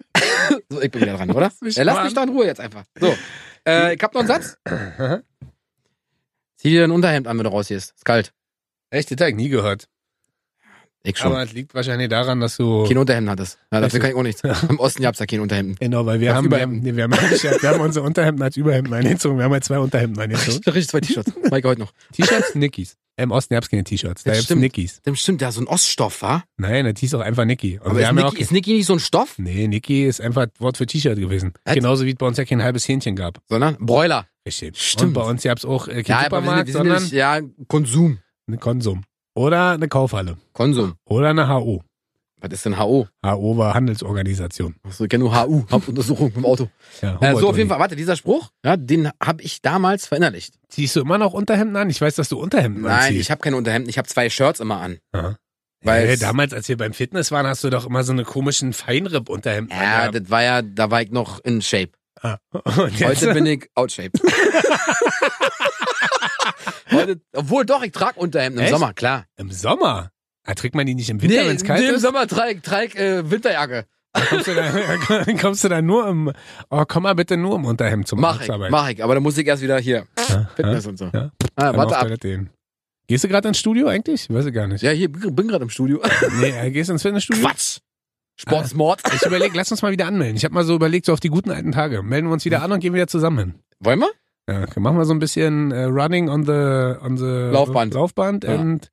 S1: so, ich bin wieder dran, oder?
S2: Lass mich
S1: ja, lass
S2: mal
S1: mich doch in Ruhe jetzt einfach. So, äh, ich hab noch einen Satz. Zieh dir dein Unterhemd an, wenn du rausgehst. Ist kalt.
S2: Echt, das hab ich nie gehört.
S1: Ich schon.
S2: Aber es liegt wahrscheinlich daran, dass du...
S1: kein Unterhemd hattest. Ja, dafür
S2: Richtig.
S1: kann ich auch nichts. Im Osten gab's ja kein Unterhemden.
S2: Genau, weil wir
S1: Das
S2: haben, wir, haben,
S1: Überhemden.
S2: nee, wir, haben, wir haben unsere Unterhemden als Überhemden eingezogen. Wir haben halt zwei Unterhemden eingezogen.
S1: Richtig, zwei T-Shirts. Mike heute noch.
S2: T-Shirts, Nickies. Im Osten gab's keine T-Shirts, da
S1: Das
S2: gibt's
S1: stimmt.
S2: Nickies.
S1: Das stimmt, ja, so ein Oststoff, wa?
S2: Nein, das hieß auch einfach Niki. Und
S1: Aber
S2: wir
S1: ist
S2: haben ja
S1: Niki,
S2: auch,
S1: ist Niki nicht so ein Stoff?
S2: nee, Niki ist einfach das Wort für T-Shirt gewesen.
S1: Was?
S2: Genauso wie es bei uns ja kein halbes Hähnchen gab.
S1: Sondern Broiler.
S2: Richtig. Und
S1: Stimmt.
S2: bei uns gab's auch äh, kein
S1: Ja, aber wir sind,
S2: Supermarkt,
S1: wir sind ja
S2: sondern
S1: nicht, ja, Konsum.
S2: einen Konsum. Oder eine Kaufhalle.
S1: Konsum.
S2: Oder eine HO.
S1: Was ist denn HO?
S2: HO war Handelsorganisation.
S1: Achso, ich kenne nur HU, Hauptuntersuchung im Auto. Äh, so
S2: Ja,
S1: auf
S2: Robert-Uni.
S1: jeden Fall, warte, dieser Spruch, ja, den habe ich damals verinnerlicht.
S2: Ziehst du immer noch Unterhemden an? Ich weiß, dass du Unterhemden
S1: Nein, ich
S2: anziehst.
S1: habe keine Unterhemden, ich habe zwei Shirts immer an.
S2: Aha.
S1: weil
S2: Weil
S1: es-
S2: damals, als wir beim Fitness waren, hast du doch immer so eine komischen Feinripp-Unterhemden.
S1: Ja,
S2: angehabt.
S1: das war ja, da war ich noch in Shape.
S2: Ah. Und jetzt-
S1: Heute bin ich out shape. Heute, obwohl doch, ich trage Unterhemden im
S2: Echt?
S1: Sommer, klar.
S2: Im Sommer? Ah, trägt man die nicht im Winter,
S1: nee,
S2: wenn es kalt
S1: nee, im
S2: ist?
S1: Sommer trage ich trage, ich, äh, Winterjacke.
S2: Kommst du, da, kommst du da nur im, oh, komm mal bitte nur im Unterhemd zum
S1: Mach ich,
S2: Arztarbeit.
S1: mach ich, aber dann muss ich erst wieder hier
S2: Ja,
S1: Fitness und so.
S2: ja.
S1: Ah,
S2: ja,
S1: warte
S2: mach
S1: ab.
S2: doch Den. Gehst du gerade ins Studio eigentlich? Weiß ich gar nicht.
S1: Ja, hier, bin gerade im Studio.
S2: Nee, äh, gehst du ins Fitnessstudio?
S1: Quatsch. Sport ist Mord.
S2: Ich überlege, lass uns mal wieder anmelden. Ich habe mal so überlegt, so auf die guten alten Tage. Melden wir uns wieder an und gehen wieder zusammen hin.
S1: Wollen wir?
S2: Ja, okay, machen wir so ein bisschen äh, Running on the, on the
S1: Laufband.
S2: Laufband
S1: Ja.
S2: und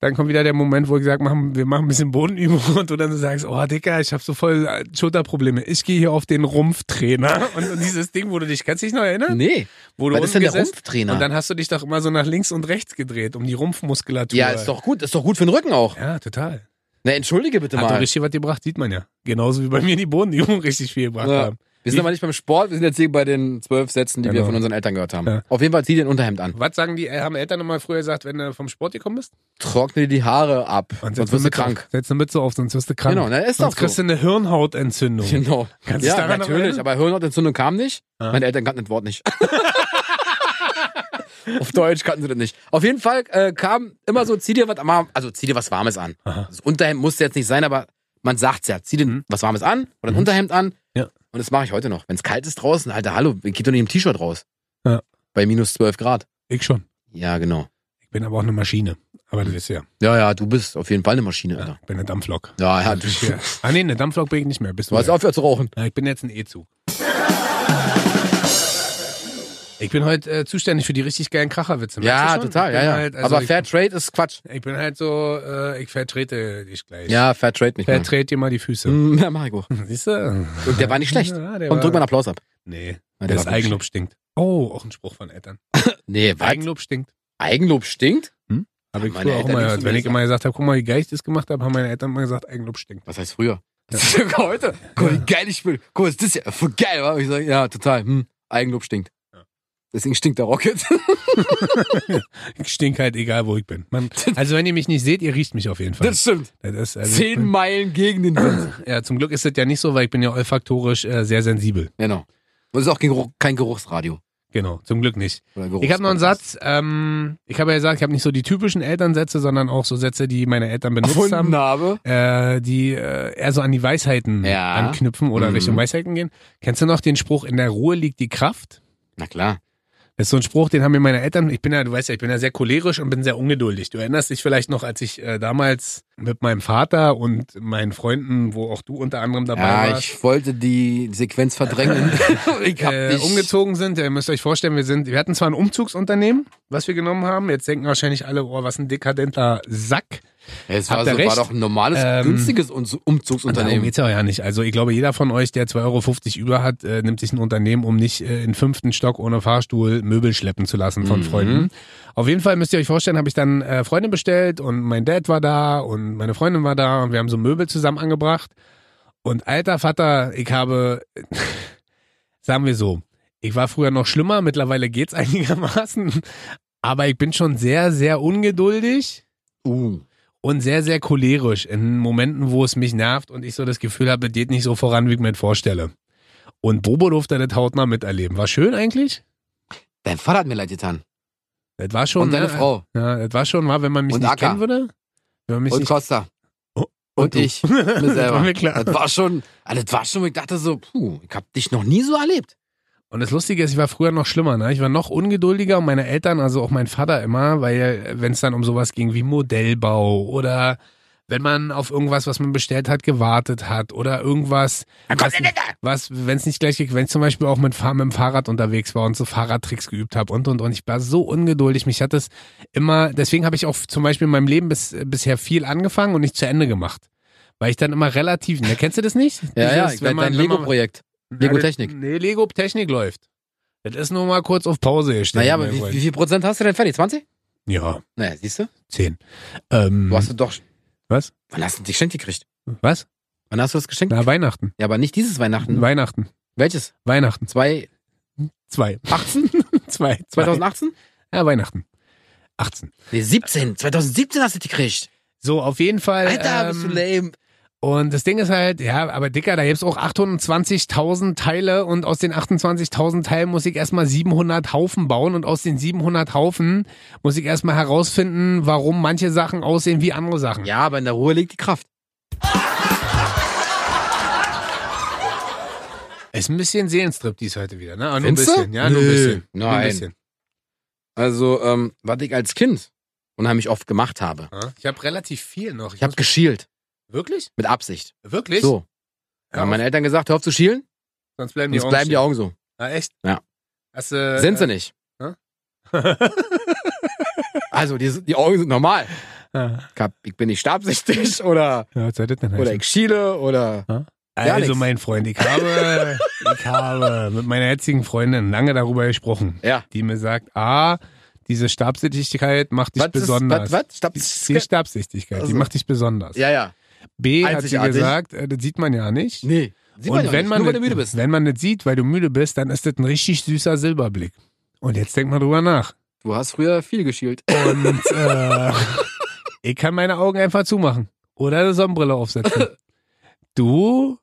S2: dann kommt wieder der Moment, wo ich sage, machen, wir machen ein bisschen Bodenübung und du dann so sagst, oh Dicker, ich habe so voll äh, Schulterprobleme. Ich gehe hier auf den Rumpftrainer und, und dieses Ding, wo du dich, kannst du dich noch erinnern?
S1: Nee.
S2: Wo du
S1: Was ist denn der
S2: unten gesessen- Und
S1: Rumpftrainer?
S2: dann hast du dich doch immer so nach links und rechts gedreht, um die Rumpfmuskulatur.
S1: Ja, ist doch gut, ist doch gut für den Rücken auch.
S2: Ja, total.
S1: Na, entschuldige bitte
S2: Hat doch
S1: mal.
S2: richtig was gebracht, sieht man ja. Genauso wie bei mir die Bodenübung richtig viel gebracht
S1: Ja.
S2: haben.
S1: Wir sind aber nicht beim Sport, wir sind jetzt hier bei den zwölf Sätzen, die wir
S2: Genau.
S1: von unseren Eltern gehört haben.
S2: Ja.
S1: Auf jeden Fall zieh dir ein Unterhemd an.
S2: Was sagen die, äh, haben Eltern nochmal früher gesagt, wenn du vom Sport gekommen bist?
S1: Trockne dir die Haare ab, sonst
S2: setz
S1: wirst
S2: eine
S1: du
S2: Mütze
S1: krank.
S2: Auf, setz eine Mütze auf, sonst wirst du krank.
S1: Genau, na, ist
S2: sonst
S1: doch
S2: kriegst
S1: so.
S2: du eine Hirnhautentzündung.
S1: Genau.
S2: Kannst du
S1: ja,
S2: dich daran noch
S1: natürlich,
S2: erinnern?
S1: aber Hirnhautentzündung kam nicht.
S2: Ja.
S1: Meine Eltern kannten das Wort nicht. Auf Deutsch kannten sie das nicht. Auf jeden Fall äh, kam immer so, zieh dir was am- also zieh dir was Warmes an.
S2: Aha.
S1: Das Also Unterhemd muss jetzt nicht sein, aber man sagt's ja. Zieh dir
S2: Mhm.
S1: was Warmes an oder ein
S2: Mhm.
S1: Unterhemd an.
S2: Ja.
S1: Und das mache ich heute noch. Wenn es kalt ist draußen, Alter, hallo, geht doch nicht im T-Shirt raus.
S2: Ja.
S1: Bei minus 12 Grad.
S2: Ich schon.
S1: Ja, genau.
S2: Ich bin aber auch eine Maschine. Aber das ist ja,
S1: Ja, ja, du bist auf jeden Fall eine Maschine, Alter.
S2: ja. ich bin eine Dampflok.
S1: Ja, ja, du,
S2: Das ist ja.
S1: du
S2: Ah nee, eine Dampflok bin ich nicht mehr. Bist du
S1: hast
S2: ja.
S1: aufgehört zu rauchen.
S2: Ja, ich bin jetzt ein E-Zug. Ich bin heute äh, zuständig für die richtig geilen Kracherwitze. merkst du
S1: Ja,
S2: schon? Ich
S1: total,
S2: bin
S1: ja, ja.
S2: Halt, also
S1: aber
S2: ich,
S1: Fair Trade ist Quatsch.
S2: ich bin halt so, äh, ich vertrete dich gleich.
S1: Ja, Fair Trade nicht mehr.
S2: Vertrete dir mal die Füße.
S1: Hm, Ja, mach ich auch.
S2: Siehst du?
S1: Und der war nicht schlecht.
S2: Ja, der
S1: Komm,
S2: war-
S1: drück mal einen Applaus ab.
S2: Nee,
S1: Ja, war
S2: das
S1: wirklich
S2: Eigenlob stinkt. Oh, auch ein Spruch von Eltern.
S1: schlecht. Nee, was?
S2: Eigenlob stinkt.
S1: Eigenlob stinkt?
S2: Habe ich
S1: Meine
S2: früher auch
S1: Eltern
S2: mal
S1: nicht
S2: gehört.
S1: zu mir
S2: Wenn ich
S1: gesagt.
S2: immer gesagt habe, guck mal, wie geil ich das gemacht habe, haben meine Eltern mal gesagt, Eigenlob stinkt.
S1: Was heißt früher? heute? Guck, mal, wie geil ich bin. Guck, mal, ist das ja voll geil, wa? Und Ich sag, ja, total. Hm, Eigenlob stinkt.
S2: Ja.
S1: Deswegen stinkt der Rocket.
S2: Ich stink halt, egal wo ich bin. Man, also wenn ihr mich nicht seht, ihr riecht mich auf jeden Fall.
S1: Das stimmt.
S2: Das ist, also, ich
S1: Zehn
S2: bin,
S1: Meilen gegen den Wind.
S2: ja, zum Glück ist das ja nicht so, weil ich bin ja olfaktorisch äh, sehr sensibel.
S1: genau. Und es ist auch kein, Geruch, kein Geruchsradio.
S2: Genau, zum Glück nicht.
S1: Oder Geruchs
S2: Ich habe noch einen Satz. Ähm, ich habe ja gesagt, ich habe nicht so die typischen Elternsätze, sondern auch so Sätze, die meine Eltern benutzt haben.
S1: Gefunden habe.
S2: äh, die äh, eher so an die Weisheiten
S1: Ja.
S2: anknüpfen oder
S1: Mhm.
S2: Richtung Weisheiten gehen. Kennst du noch den Spruch, in der Ruhe liegt die Kraft?
S1: Na klar.
S2: Das ist so ein Spruch, den haben mir meine Eltern, ich bin ja, du weißt ja, ich bin ja sehr cholerisch und bin sehr ungeduldig. Du erinnerst dich vielleicht noch, als ich äh, damals mit meinem Vater und meinen Freunden, wo auch du unter anderem dabei
S1: Ja,
S2: warst,
S1: ich wollte die Sequenz verdrängen. ich hab
S2: äh,
S1: dich
S2: umgezogen sind. Ihr müsst euch vorstellen, wir sind, wir hatten zwar ein Umzugsunternehmen, was wir genommen haben. Jetzt denken wahrscheinlich alle, oh, was ein dekadenter Sack.
S1: Es war,
S2: Habt
S1: so,
S2: ihr
S1: war
S2: recht?
S1: doch ein normales,
S2: Ähm,
S1: günstiges Un-
S2: Darum
S1: Umzugsunternehmen.
S2: geht's ja auch ja nicht. Also ich glaube, jeder von euch, der 2,50 Euro über hat, äh, nimmt sich ein Unternehmen, um nicht äh, in fünften Stock ohne Fahrstuhl Möbel schleppen zu lassen von
S1: Mhm.
S2: Freunden. Auf jeden Fall müsst ihr euch vorstellen, habe ich dann äh, Freunde bestellt und mein Dad war da und meine Freundin war da und wir haben so Möbel zusammen angebracht. Und alter Vater, ich habe, sagen wir so, ich war früher noch schlimmer, mittlerweile geht's einigermaßen, aber ich bin schon sehr, sehr ungeduldig um
S1: Uh.
S2: und sehr, sehr cholerisch in Momenten, wo es mich nervt und ich so das Gefühl habe, das geht nicht so voran, wie ich mir das vorstelle. Und Bobo durfte das hautnah miterleben. War schön eigentlich?
S1: Dein Vater hat mir leid getan.
S2: Das war schon.
S1: Und deine
S2: ne?
S1: Frau.
S2: Ja, das war schon, war, wenn man mich
S1: Und
S2: nicht
S1: Akka.
S2: kennen würde. Wenn man mich
S1: Und
S2: nicht,
S1: Costa.
S2: Oh,
S1: Und
S2: du.
S1: ich. Mir
S2: Das war
S1: selber.
S2: mir klar.
S1: Das war schon, also das war schon, wo ich dachte so, puh, ich hab dich noch nie so erlebt.
S2: Und das Lustige ist, ich war früher noch schlimmer. Ne? Ich war noch ungeduldiger und meine Eltern, also auch mein Vater immer, weil wenn es dann um sowas ging wie Modellbau oder wenn man auf irgendwas, was man bestellt hat, gewartet hat oder irgendwas,
S1: Dann kommt
S2: was,
S1: der Dicker!
S2: was wenn es nicht gleich, wenn ich zum Beispiel auch mit, Fahr- mit dem Fahrrad unterwegs war und so Fahrradtricks geübt habe und und und, ich war so ungeduldig. Mich hat das immer, deswegen habe ich auch zum Beispiel in meinem Leben bis, bisher viel angefangen und nicht zu Ende gemacht. Weil ich dann immer relativ, ne, kennst du das nicht? Dieses,
S1: ich mein, dein Lego-Projekt. Lego Technik.
S2: Nee, Lego Technik läuft. Das ist nur mal kurz auf Pause gestellt.
S1: Naja, aber
S2: mein
S1: wie,
S2: Freund.
S1: wie viel Prozent hast du denn fertig? 20?
S2: Ja,
S1: Naja, siehst du?
S2: zehn. Ähm,
S1: Du hast du doch,
S2: was?
S1: wann hast du das Geschenk gekriegt?
S2: Was?
S1: Wann hast du das Geschenk?
S2: Na, Weihnachten.
S1: Ja, aber nicht dieses Weihnachten.
S2: Weihnachten.
S1: Welches?
S2: Weihnachten.
S1: 2018?
S2: Zwei. Zwei. Zwei.
S1: 2018?
S2: Ja, Weihnachten. 18.
S1: Nee, 17. 2017 hast du die gekriegt.
S2: So, auf jeden Fall.
S1: Alter,
S2: ähm,
S1: bist du lame.
S2: Und das Ding ist halt, ja, aber Dicker, da gibt's auch 820.000 Teile und aus den 28.000 Teilen muss ich erstmal 700 Haufen bauen und aus den 700 Haufen muss ich erstmal herausfinden, warum manche Sachen aussehen wie andere Sachen.
S1: Ja, aber in der Ruhe liegt die Kraft.
S2: Ist ein bisschen Seelenstrip dies heute wieder, ne? Aber Nur ein
S1: Findest du?
S2: bisschen, ja, nur ein
S1: Nö.
S2: bisschen. Nur
S1: Nein.
S2: Ein bisschen.
S1: Also, ähm, was ich als Kind unheimlich oft gemacht habe.
S2: Ja, Ich habe relativ viel noch.
S1: Ich habe
S2: muss-
S1: geschielt.
S2: wirklich?
S1: Mit Absicht.
S2: Wirklich?
S1: So.
S2: Ja,
S1: haben meine Eltern gesagt, hör auf zu schielen,
S2: sonst bleiben die
S1: sonst
S2: Augen
S1: bleiben die Augen so.
S2: stehen. Ah, echt?
S1: Ja.
S2: Hast du,
S1: Sind sie nicht. Also, die, die Augen sind normal.
S2: ja,
S1: Ich hab- Ich bin nicht stabsichtig oder,
S2: was soll das denn
S1: oder
S2: heißen?
S1: ich schiele oder. gar
S2: Also,
S1: nichts.
S2: mein Freund, ich habe, ich habe mit meiner jetzigen Freundin lange darüber gesprochen,
S1: Ja.
S2: die mir sagt, ah, diese Stabsichtigkeit macht dich
S1: Was ist,
S2: besonders.
S1: was, was?
S2: Die, die
S1: Stabs
S2: Stabsichtigkeit, die
S1: Also.
S2: macht dich besonders.
S1: ja, ja.
S2: B hat sie
S1: Einzigartig.
S2: gesagt, äh, das sieht man ja nicht.
S1: Nee. Sieht man
S2: und
S1: ja
S2: wenn
S1: nicht,
S2: man
S1: nur, wenn du
S2: das-
S1: müde bist.
S2: Wenn man das sieht, weil du müde bist, dann ist das ein richtig süßer Silberblick. Und jetzt denk mal drüber nach.
S1: Du hast früher viel geschielt.
S2: Und äh, ich kann meine Augen einfach zumachen. Oder eine Sonnenbrille aufsetzen. Du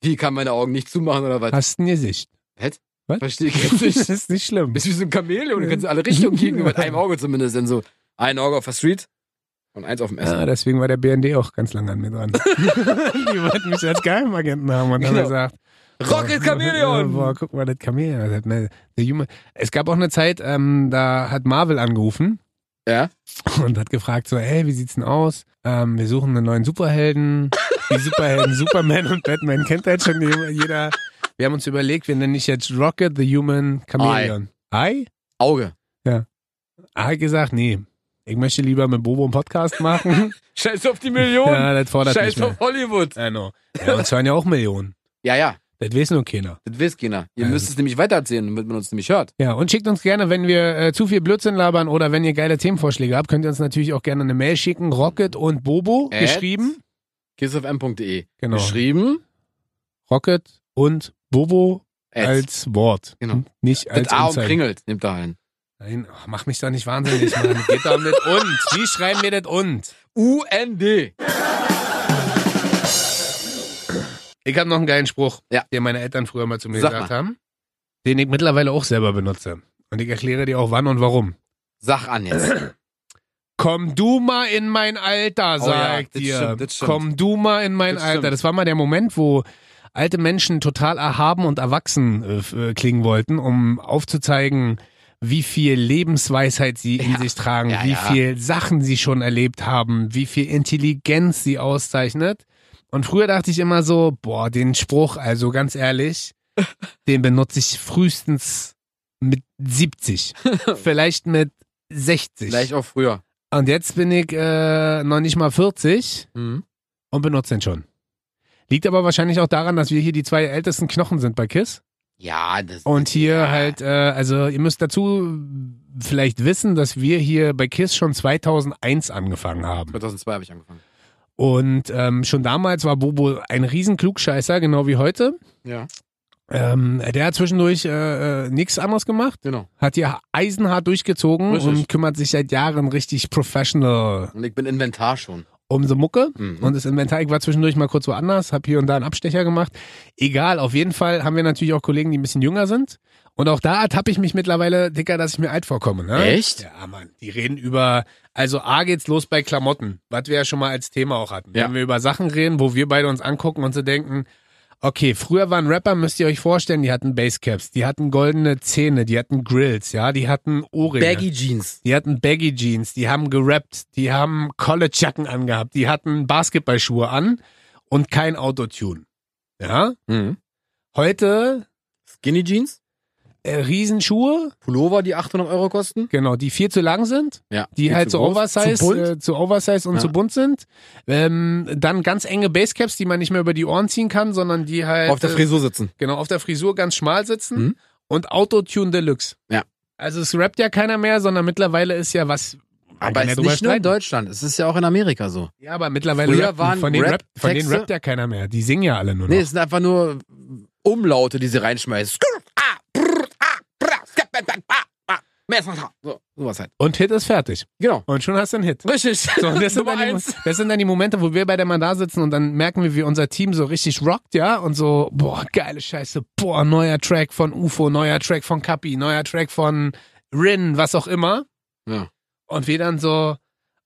S1: Wie kann meine Augen nicht zumachen oder was?
S2: hast ein Gesicht.
S1: Verstehe ich jetzt
S2: Das
S1: nicht.
S2: ist nicht schlimm.
S1: Bist wie so ein Chamäleon, du kannst in alle Richtungen kicken, mit einem Auge zumindest. Denn so ein Auge auf der Street und eins auf dem Essen.
S2: Ja, Ah, deswegen war der BND auch ganz lange an mir dran. Also- Die wollten mich als Geheimagenten haben und haben
S1: Genau.
S2: gesagt:
S1: Rocket
S2: boah,
S1: Chameleon!
S2: Boah, guck mal, das Chameleon. Das hat eine, der Human. Es gab auch eine Zeit, ähm, da hat Marvel angerufen
S1: Ja?
S2: und hat gefragt so, hey, wie sieht's denn aus? Ähm, wir suchen einen neuen Superhelden. Die Superhelden Superman und Batman kennt halt schon je- jeder. Wir haben uns überlegt, wir nennen dich jetzt Rocket the Human Chameleon. Ei?
S1: Auge.
S2: Ei gesagt, nee. Ich möchte lieber mit Bobo einen Podcast machen.
S1: Scheiß auf die Millionen.
S2: ja, das fordert mich
S1: Scheiß
S2: mehr.
S1: auf Hollywood.
S2: I know. Ja, uns hören ja auch Millionen.
S1: Ja, ja.
S2: Das weiß nur keiner.
S1: Das wisst keiner. Ihr
S2: Ja,
S1: müsst es nämlich weitererzählen, damit man uns nämlich hört.
S2: Ja, und schickt uns gerne, wenn wir äh, zu viel Blödsinn labern oder wenn ihr geile Themenvorschläge habt, könnt ihr uns natürlich auch gerne eine Mail schicken. Rocket und Bobo
S1: At-
S2: geschrieben.
S1: kissfm.de.
S2: Genau.
S1: Geschrieben.
S2: Rocket und Bobo
S1: at-
S2: als Wort.
S1: Genau.
S2: Nicht als
S1: Mit A und
S2: Anzeige.
S1: kringelt. Nimmt da ein.
S2: Nein, ach, mach mich doch nicht wahnsinnig, Mann. Geht doch mit und. Wie schreiben wir das und?
S1: UND.
S2: Ich habe noch einen geilen Spruch,
S1: Ja.
S2: den meine Eltern früher mal zu mir
S1: Sag
S2: gesagt haben, den ich mittlerweile auch selber benutze. Und ich erkläre dir auch wann und warum.
S1: Sag an jetzt.
S2: Äh, Komm du mal in mein Alter,
S1: Oh ja,
S2: sag
S1: das
S2: dir.
S1: stimmt, das stimmt.
S2: Komm du mal in mein
S1: Das
S2: Alter.
S1: stimmt.
S2: Das war mal der Moment, wo alte Menschen total erhaben und erwachsen äh, f- äh, klingen wollten, um aufzuzeigen, wie viel Lebensweisheit sie in
S1: Ja.
S2: sich tragen,
S1: Ja,
S2: wie
S1: ja.
S2: viel Sachen sie schon erlebt haben, wie viel Intelligenz sie auszeichnet. Und früher dachte ich immer so, boah, den Spruch, also ganz ehrlich, den benutze ich frühestens mit 70, vielleicht mit 60.
S1: Vielleicht auch früher.
S2: Und jetzt bin ich äh, noch nicht mal 40
S1: Mhm.
S2: und benutze den schon. Liegt aber wahrscheinlich auch daran, dass wir hier die zwei ältesten Knochen sind bei KISS.
S1: Ja, das
S2: Und hier
S1: ja.
S2: halt, äh, also ihr müsst dazu vielleicht wissen, dass wir hier bei KISS schon 2001 angefangen haben.
S1: 2002 habe ich angefangen.
S2: Und ähm, schon damals war Bobo ein riesen Klugscheißer, genau wie heute.
S1: Ja,
S2: Ähm, der hat zwischendurch äh, äh, nichts anderes gemacht,
S1: genau.
S2: hat hier eisenhart durchgezogen
S1: Richtig.
S2: und kümmert sich seit Jahren richtig professional
S1: Und ich bin Inventar schon.
S2: um so Mucke.
S1: Mhm.
S2: Und das Inventar, ich war zwischendurch mal kurz woanders, habe hier und da einen Abstecher gemacht. Egal, auf jeden Fall haben wir natürlich auch Kollegen, die ein bisschen jünger sind. Und auch da ertappe ich mich mittlerweile, Dicker, dass ich mir alt vorkomme. Ne?
S1: Echt?
S2: Ja, Mann. Die reden über, also A geht's los bei Klamotten, was wir ja schon mal als Thema auch hatten.
S1: Ja.
S2: Wenn wir über Sachen reden, wo wir beide uns angucken und so denken, okay, früher waren Rapper, müsst ihr euch vorstellen, die hatten Basecaps, die hatten goldene Zähne, die hatten Grills, ja, die hatten Ohrringe.
S1: Baggy Jeans.
S2: Die hatten Baggy Jeans, die haben gerappt, die haben College-Jacken angehabt, die hatten Basketballschuhe an und kein Autotune. Ja? Heute
S1: Hm. Skinny Jeans.
S2: äh, Riesenschuhe,
S1: Pullover, die 800 Euro kosten.
S2: genau, die viel zu lang sind,
S1: Ja.
S2: die
S1: Viel
S2: halt
S1: zu
S2: zu
S1: groß,
S2: Oversize,
S1: Zu bunt.
S2: Äh, zu Oversize und
S1: Ja.
S2: zu bunt sind. Ähm, dann ganz enge Basecaps, die man nicht mehr über die Ohren ziehen kann, sondern die halt
S1: Auf der
S2: äh,
S1: Frisur sitzen.
S2: genau, auf der Frisur ganz schmal sitzen
S1: Mhm.
S2: und Autotune Deluxe.
S1: Ja.
S2: Also es rappt ja keiner mehr, sondern mittlerweile ist ja was. man
S1: Aber
S2: kann
S1: es
S2: ja
S1: ist
S2: drüber
S1: nicht nur in
S2: streiten.
S1: Deutschland, es ist ja auch in Amerika so.
S2: Ja, aber mittlerweile
S1: Früher
S2: rappen-
S1: waren
S2: von, den
S1: Rap-
S2: Rap, von denen
S1: Texte-
S2: rappt ja keiner mehr. Die singen ja alle nur noch.
S1: Nee, es sind einfach nur Umlaute, die sie reinschmeißen. Skrrt, ah, brrr, ah, brrr, skap, bap, bap, ah, ah, Messer, ah. So, sowas halt.
S2: Und Hit ist fertig.
S1: Genau.
S2: Und schon hast du einen Hit.
S1: Richtig.
S2: So, und das, sind
S1: Nummer
S2: dann die,
S1: eins.
S2: das sind dann die Momente, wo wir beide mal da sitzen und dann merken wir, wie unser Team so richtig rockt, ja? Und so, boah, geile Scheiße, boah, neuer Track von UFO, neuer Track von Kapi, neuer Track von Rin, was auch immer.
S1: Ja.
S2: Und wir dann so,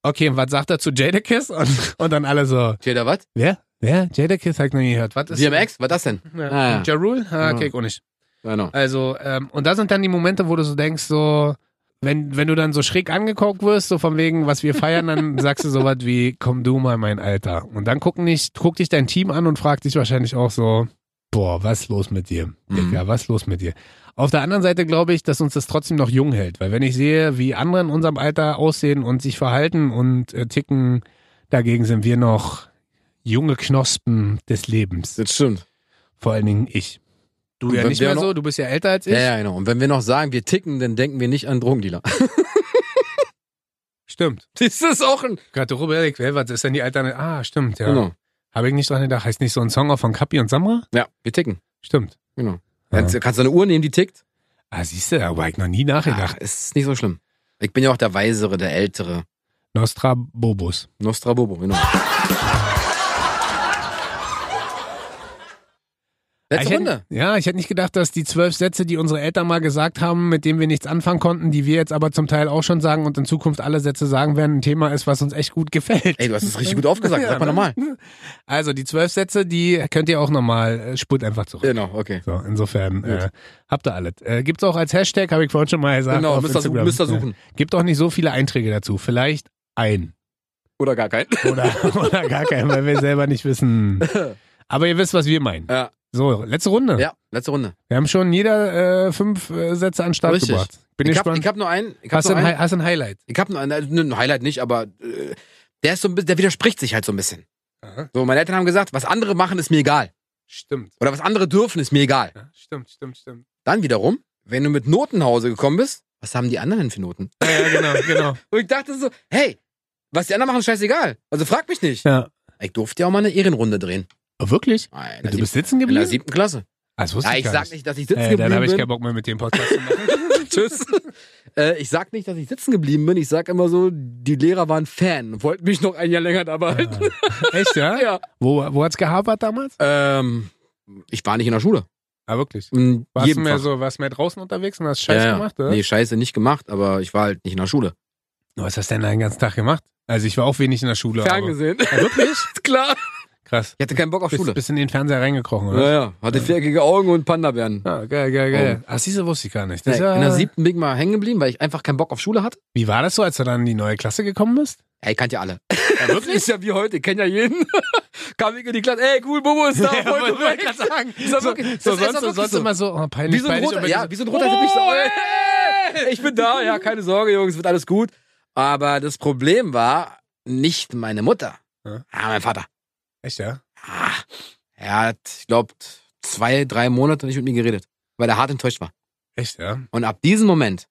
S2: okay, und was sagt er zu Jadakiss? Und, und dann alle so,
S1: Steht da was?
S2: wer? Wer? Jadakiss hab ich noch nie gehört. Was ist
S1: DMX? Was das denn?
S2: Ja.
S1: Ah, ja.
S2: Und Ja. Rule? Ah,
S1: Ja.
S2: okay, auch nicht.
S1: Genau.
S2: Also, ähm, und da sind dann die Momente, wo du so denkst, so, wenn, wenn du dann so schräg angeguckt wirst, so von wegen, was wir feiern, dann sagst du sowas wie, komm du mal, mein Alter. Und dann gucken dich, guckt dich dein Team an und fragt dich wahrscheinlich auch so, boah, was ist los mit dir?
S1: Mhm.
S2: Digga, was ist los mit dir? Auf der anderen Seite glaube ich, dass uns das trotzdem noch jung hält, weil wenn ich sehe, wie andere in unserem Alter aussehen und sich verhalten und äh, ticken, dagegen sind wir noch junge Knospen des Lebens.
S1: Das stimmt.
S2: Vor allen Dingen ich. Du ja
S1: Wenn
S2: nicht
S1: wir
S2: mehr
S1: noch-
S2: so, du bist ja älter als ich.
S1: Ja, ja, genau. Und wenn wir noch sagen, wir ticken, dann denken wir nicht an Drogendealer.
S2: Stimmt.
S1: das ist auch ein.
S2: Gerade darüber überlegt, wer, was ist denn die Alternative? Ah, stimmt, ja.
S1: Genau.
S2: Habe ich nicht dran gedacht. Heißt nicht so ein Song auch von Kapi und Samra?
S1: Ja, wir ticken.
S2: Stimmt.
S1: Genau.
S2: Ja.
S1: Kannst, kannst du eine Uhr nehmen, die tickt?
S2: Ah, siehst du, da war ich noch nie
S1: Ach,
S2: nachgedacht.
S1: ist nicht so schlimm. Ich bin ja auch der Weisere, der Ältere.
S2: Nostra Bobus.
S1: Nostra Bobo, genau.
S2: ich
S1: Letzte
S2: hätt-
S1: Runde.
S2: ja, ich hätte nicht gedacht, dass die zwölf Sätze, die unsere Eltern mal gesagt haben, mit denen wir nichts anfangen konnten, die wir jetzt aber zum Teil auch schon sagen und in Zukunft alle Sätze sagen werden, ein Thema ist, was uns echt gut gefällt.
S1: Ey, du hast es richtig gut aufgesagt. Sag mal
S2: ne?
S1: nochmal.
S2: Also die zwölf Sätze, die könnt ihr auch nochmal, spurt einfach zurück.
S1: Genau, okay.
S2: So, insofern
S1: Gut.
S2: äh, habt ihr alles. Äh, gibt's auch als Hashtag, habe ich vorhin schon mal gesagt.
S1: Genau,
S2: auf
S1: müsst ihr suchen.
S2: Instagram.
S1: Müsst ihr suchen.
S2: Ja. Gibt auch nicht so viele Einträge dazu. Vielleicht ein.
S1: Oder gar kein.
S2: Oder, oder gar keinen, weil wir selber nicht wissen. Aber ihr wisst, was wir meinen.
S1: Ja.
S2: So, letzte Runde.
S1: Ja, letzte Runde.
S2: Wir haben schon jeder äh, fünf äh, Sätze an den Start
S1: Richtig.
S2: gebracht. Bin
S1: ich, hab,
S2: gespannt.
S1: ich hab nur einen. Ich hab
S2: hast,
S1: nur
S2: du ein,
S1: einen.
S2: Hi- hast du ein Highlight?
S1: Ich hab nur einen, also, ein Highlight nicht, aber äh, der ist so ein bisschen, der widerspricht sich halt so ein bisschen. So, meine Eltern haben gesagt, was andere machen, ist mir egal.
S2: Stimmt.
S1: Oder was andere dürfen, ist mir egal.
S2: Ja, stimmt, stimmt, stimmt.
S1: Dann wiederum, wenn du mit Noten nach Hause gekommen bist, was haben die anderen denn für Noten?
S2: Ja, ja genau, genau.
S1: Und ich dachte so, hey, was die anderen machen, ist scheißegal. Also frag mich nicht.
S2: Ja.
S1: Ich durfte ja auch mal eine Ehrenrunde drehen.
S2: Oh, wirklich?
S1: Ah, In der,
S2: Du bist
S1: siebten,
S2: sitzen
S1: in der
S2: geblieben?
S1: siebten Klasse.
S2: Ah, das wusste
S1: Ja, ich
S2: gar
S1: sag nicht, dass ich sitzen
S2: Äh, dann habe ich
S1: geblieben
S2: keinen Bock mehr mit dem Podcast zu machen.
S1: bin. Tschüss. äh, ich sag nicht, dass ich sitzen geblieben bin. Ich sag immer so, die Lehrer waren Fan und wollten mich noch ein Jahr länger da behalten.
S2: Ah. Echt, ja?
S1: Ja.
S2: Wo, wo hat's gehapert damals?
S1: Ähm, ich war nicht in der Schule.
S2: Ah, wirklich?
S1: In
S2: Warst du
S1: jedem
S2: mehr
S1: Fach.
S2: so, warst mehr draußen unterwegs und hast Scheiß
S1: ja, ja.
S2: gemacht, oder?
S1: Nee, Scheiße nicht gemacht, aber ich war halt nicht in der Schule.
S2: Oh, Was hast du denn den ganzen Tag gemacht? Also ich war auch wenig in der Schule. Aber,
S1: Ferngesehen.
S2: ah, wirklich?
S1: Klar.
S2: Krass.
S1: Ich hatte keinen Bock auf
S2: Bist,
S1: Schule.
S2: bist in den Fernseher reingekrochen,
S1: Ja,
S2: oder?
S1: ja. Hatte viereckige Augen und Panda-Bären.
S2: Ah, geil, geil, geil. Ach, siehste, wusste ich gar nicht.
S1: Nee,
S2: Das ist ja,
S1: In der siebten bin ich mal hängen geblieben, weil ich einfach keinen Bock auf Schule hatte.
S2: Wie war das so, als du dann in die neue Klasse gekommen bist?
S1: Ey, ich kannte ja alle. Ja, wirklich? ist ja wie heute, ich kenn ja jeden. Kam ich in die Klasse, ey, cool, Bobo ist da, voll
S2: wollte- wollte
S1: korrekt.
S2: grad sagen.
S1: Ist doch wirklich- das
S2: so,
S1: ist
S2: sonst,
S1: doch wirklich
S2: sonst
S1: so.
S2: immer so, oh, peinlich,
S1: Wie so ein
S2: peinlich.
S1: roter,
S2: und
S1: ja,
S2: wenn
S1: wie so
S2: du
S1: ein roter Teppich. so, ey, Ich bin da, ja, keine Sorge, Jungs, wird alles gut. Aber das Problem war nicht meine Mutter,
S2: Ja.
S1: ah, mein Vater.
S2: Echt, ja?
S1: Ah, er hat, ich glaube, zwei, drei Monate nicht mit mir geredet, weil er hart enttäuscht war.
S2: Echt, ja?
S1: Und ab diesem Moment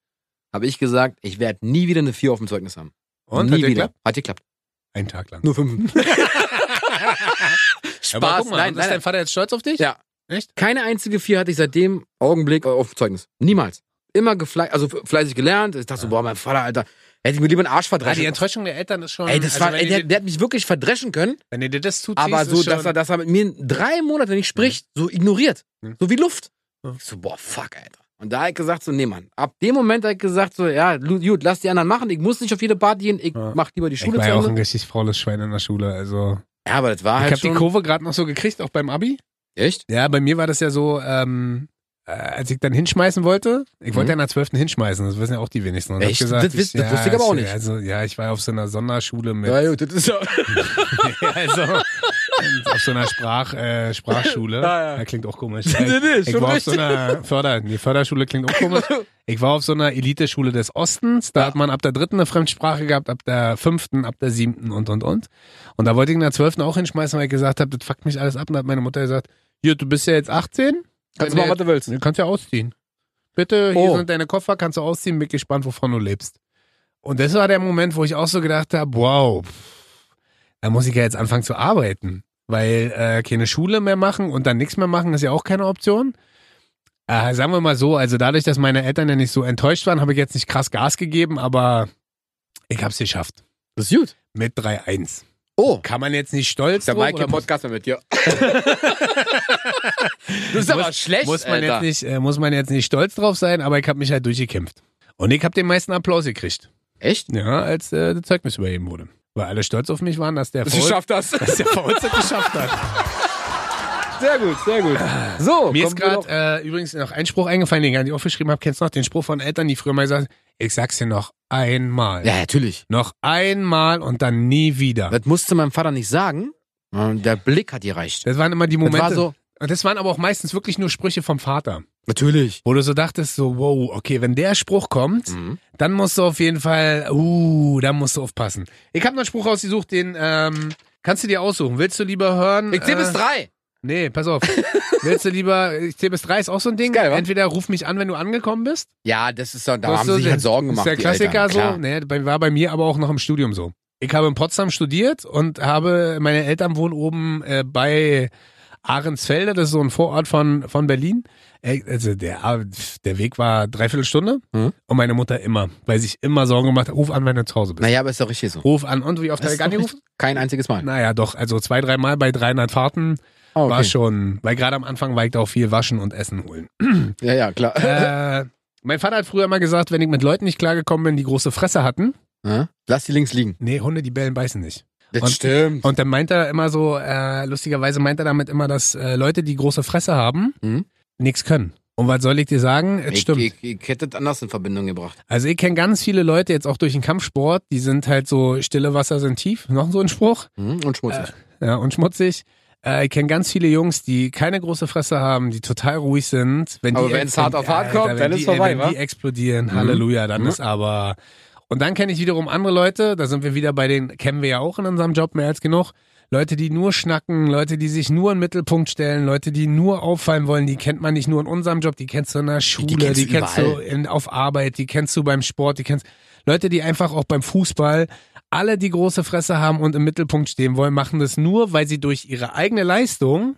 S1: habe ich gesagt, ich werde nie wieder eine Vier auf dem Zeugnis haben.
S2: Und,
S1: nie
S2: hat dir
S1: wieder.
S2: geklappt?
S1: Hat geklappt.
S2: Einen Tag lang.
S1: Nur fünf.
S2: Aber
S1: Spaß.
S2: guck mal,
S1: nein, nein,
S2: ist dein
S1: nein.
S2: Vater jetzt stolz auf dich?
S1: Ja.
S2: Echt?
S1: Keine einzige Vier hatte ich seit dem Augenblick auf Zeugnis. Niemals. Immer gefle also fleißig gelernt. Ich dachte so, boah, mein Vater, Alter, hätte ich mir lieber einen Arsch
S2: Ah, die
S1: verdreschen.
S2: Enttäuschung der Eltern ist schon...
S1: Ey, das
S2: also,
S1: war,
S2: wenn
S1: ey,
S2: ihr
S1: der,
S2: dir-
S1: der hat mich wirklich verdreschen können,
S2: Wenn ihr dir das zuziehst,
S1: aber so,
S2: ist schon,
S1: dass er, dass er mit mir drei Monate nicht spricht, so ignoriert.
S2: Mhm.
S1: So wie Luft.
S2: Mhm.
S1: Ich so, boah, fuck, Alter. Und da hat ich gesagt, so, nee, Mann. Ab dem Moment hat ich gesagt, so, ja, lu- gut, lass die anderen machen. Ich muss nicht auf jede Party gehen. Ich
S2: Ja.
S1: mach lieber die
S2: Ich
S1: Schule
S2: war
S1: zu
S2: ja auch ein
S1: Ende.
S2: richtig faules Schwein in der Schule, also...
S1: Ja, aber das war halt
S2: ich habe die
S1: schon.
S2: Kurve gerade noch so gekriegt, auch beim Abi.
S1: Echt?
S2: Ja, bei mir war das ja so, ähm, äh, als ich dann hinschmeißen wollte, ich
S1: Mhm.
S2: wollte ja in der 12. hinschmeißen, das wissen ja auch die wenigsten. Und hab
S1: Echt? Das wis- das wusste ich aber auch nicht.
S2: Also, ja, ich war auf so einer Sonderschule mit,
S1: gut, das ist ja.
S2: also, auf so einer Sprach, äh, Sprachschule.
S1: Ja, ja.
S2: Ja, Klingt auch komisch.
S1: Nee, nee,
S2: ich
S1: schon
S2: war auf so
S1: richtig.
S2: einer Förder, nee, Förderschule klingt auch komisch. Ich war auf so einer Eliteschule des Ostens. Da
S1: Ja.
S2: hat man ab der dritten eine Fremdsprache gehabt, ab der fünften, ab der siebten und, und, und. Und da wollte ich in der zwölften auch hinschmeißen, weil ich gesagt habe, das fuckt mich alles ab. Und da hat meine Mutter gesagt, hier, du bist ja jetzt 18.
S1: Kannst du
S2: Wenn
S1: machen, was du willst.
S2: Du kannst ja ausziehen. Bitte, hier
S1: Oh.
S2: sind deine Koffer, kannst du ausziehen. Bin gespannt, wovon du lebst. Und das war der Moment, wo ich auch so gedacht habe, wow, pff, da muss ich ja jetzt anfangen zu arbeiten. Weil äh, keine Schule mehr machen und dann nichts mehr machen, ist ja auch keine Option. Äh, sagen wir mal so, also dadurch, dass meine Eltern ja nicht so enttäuscht waren, habe ich jetzt nicht krass Gas gegeben, aber ich habe es geschafft.
S1: Das ist gut.
S2: Mit 3-1.
S1: Oh.
S2: Kann man jetzt nicht stolz
S1: Ist der
S2: drauf
S1: Mike
S2: Oh, oder
S1: im
S2: muss,
S1: Podcast mehr mit dir. das ist aber
S2: Muss-
S1: schlecht,
S2: muss, man
S1: Alter.
S2: jetzt nicht, äh, muss man jetzt nicht stolz drauf sein, aber ich habe mich halt durchgekämpft. Und ich habe den meisten Applaus gekriegt.
S1: Echt?
S2: Ja, als äh, das Zeugnis übergeben wurde. Weil alle stolz auf mich waren, dass der
S1: Du
S2: Faul-
S1: schaffst das.
S2: dass der Faulz das geschafft hat.
S1: Sehr gut, sehr gut. So,
S2: Mir ist
S1: kommen wir
S2: gerade äh, übrigens noch ein Spruch eingefallen, den ich gar nicht aufgeschrieben habe. Kennst du noch den Spruch von Eltern, die früher mal gesagt haben, ich sag's dir noch
S1: doch-
S2: einmal.
S1: Ja, natürlich.
S2: Noch einmal und dann nie wieder.
S1: Das musste meinem Vater nicht sagen. Und Der Blick hat gereicht.
S2: Das waren immer die
S1: Das
S2: Momente.
S1: war so,
S2: Und das waren aber auch meistens wirklich nur Sprüche vom Vater.
S1: Natürlich.
S2: Wo du so dachtest, so, wow, okay, wenn der Spruch kommt,
S1: Mhm.
S2: dann musst du auf jeden Fall, uh, da musst du aufpassen. Ich habe noch einen Spruch rausgesucht, den ähm, kannst du dir aussuchen. Willst du lieber hören? äh,
S1: Ich zähl bis drei.
S2: Nee, pass auf. Willst du lieber, ich zähl bis drei, ist auch so ein Ding.
S1: Ist geil, wa?
S2: Entweder ruf mich an, wenn du angekommen bist.
S1: Ja, das ist so, da haben
S2: Das ist
S1: sie sich
S2: so
S1: halt Sorgen
S2: ist
S1: gemacht.
S2: der
S1: die
S2: Klassiker
S1: Eltern,
S2: so.
S1: klar.
S2: Nee, bei- war bei mir aber auch noch im Studium so. Ich habe in Potsdam studiert und habe, meine Eltern wohnen oben äh, bei Ahrensfelde, das ist so ein Vorort von, von Berlin. Äh, Also der, A- der Weg war dreiviertel Stunde
S1: Mhm.
S2: und meine Mutter immer, weil sich immer Sorgen gemacht hat, ruf an, wenn du zu Hause bist.
S1: Naja, aber ist doch richtig so.
S2: Ruf an und wie oft habe
S1: Hast
S2: ich
S1: du noch
S2: angerufen?
S1: nicht- Kein einziges Mal.
S2: Naja, doch, also zwei, dreimal bei 300 Fahrten
S1: Ah, okay.
S2: war schon, weil gerade am Anfang war ich da auch viel waschen und Essen holen.
S1: Ja, ja, klar.
S2: äh, mein Vater hat früher mal gesagt, wenn ich mit Leuten nicht klargekommen bin, die große Fresse hatten,
S1: Ja? Lass die links liegen.
S2: nee, Hunde, die bellen, beißen nicht.
S1: Das
S2: Und-
S1: stimmt.
S2: Und dann meint er immer so, äh, lustigerweise meint er damit immer, dass äh, Leute, die große Fresse haben,
S1: Mhm.
S2: nichts können. Und was soll ich dir sagen? Es
S1: ich,
S2: stimmt.
S1: ich, ich hätte das anders in Verbindung gebracht.
S2: Also ich kenne ganz viele Leute jetzt auch durch den Kampfsport, die sind halt so stille Wasser sind tief, noch so ein Spruch,
S1: Mhm. Und schmutzig.
S2: ja, und schmutzig. Äh, ich kenne ganz viele Jungs, die keine große Fresse haben, die total ruhig sind. Wenn
S1: Aber
S2: die
S1: wenn's hart auf hart
S2: Alter,
S1: kommt, dann
S2: wenn die,
S1: ist vorbei,
S2: wenn
S1: wa?
S2: die explodieren,
S1: Mhm.
S2: Halleluja, dann
S1: Mhm.
S2: ist aber. Und dann kenne ich wiederum andere Leute, da sind wir wieder bei den, kennen wir ja auch in unserem Job mehr als genug. Leute, die nur schnacken, Leute, die sich nur in den Mittelpunkt stellen, Leute, die nur auffallen wollen, die kennt man nicht nur in unserem Job, die kennst du in der Schule, die
S1: kennst
S2: kennst,
S1: du
S2: du
S1: überall.
S2: in, auf Arbeit, die kennst du beim Sport, die kennst Leute, die einfach auch beim Fußball alle die große Fresse haben und im Mittelpunkt stehen wollen, machen das nur, weil sie durch ihre eigene Leistung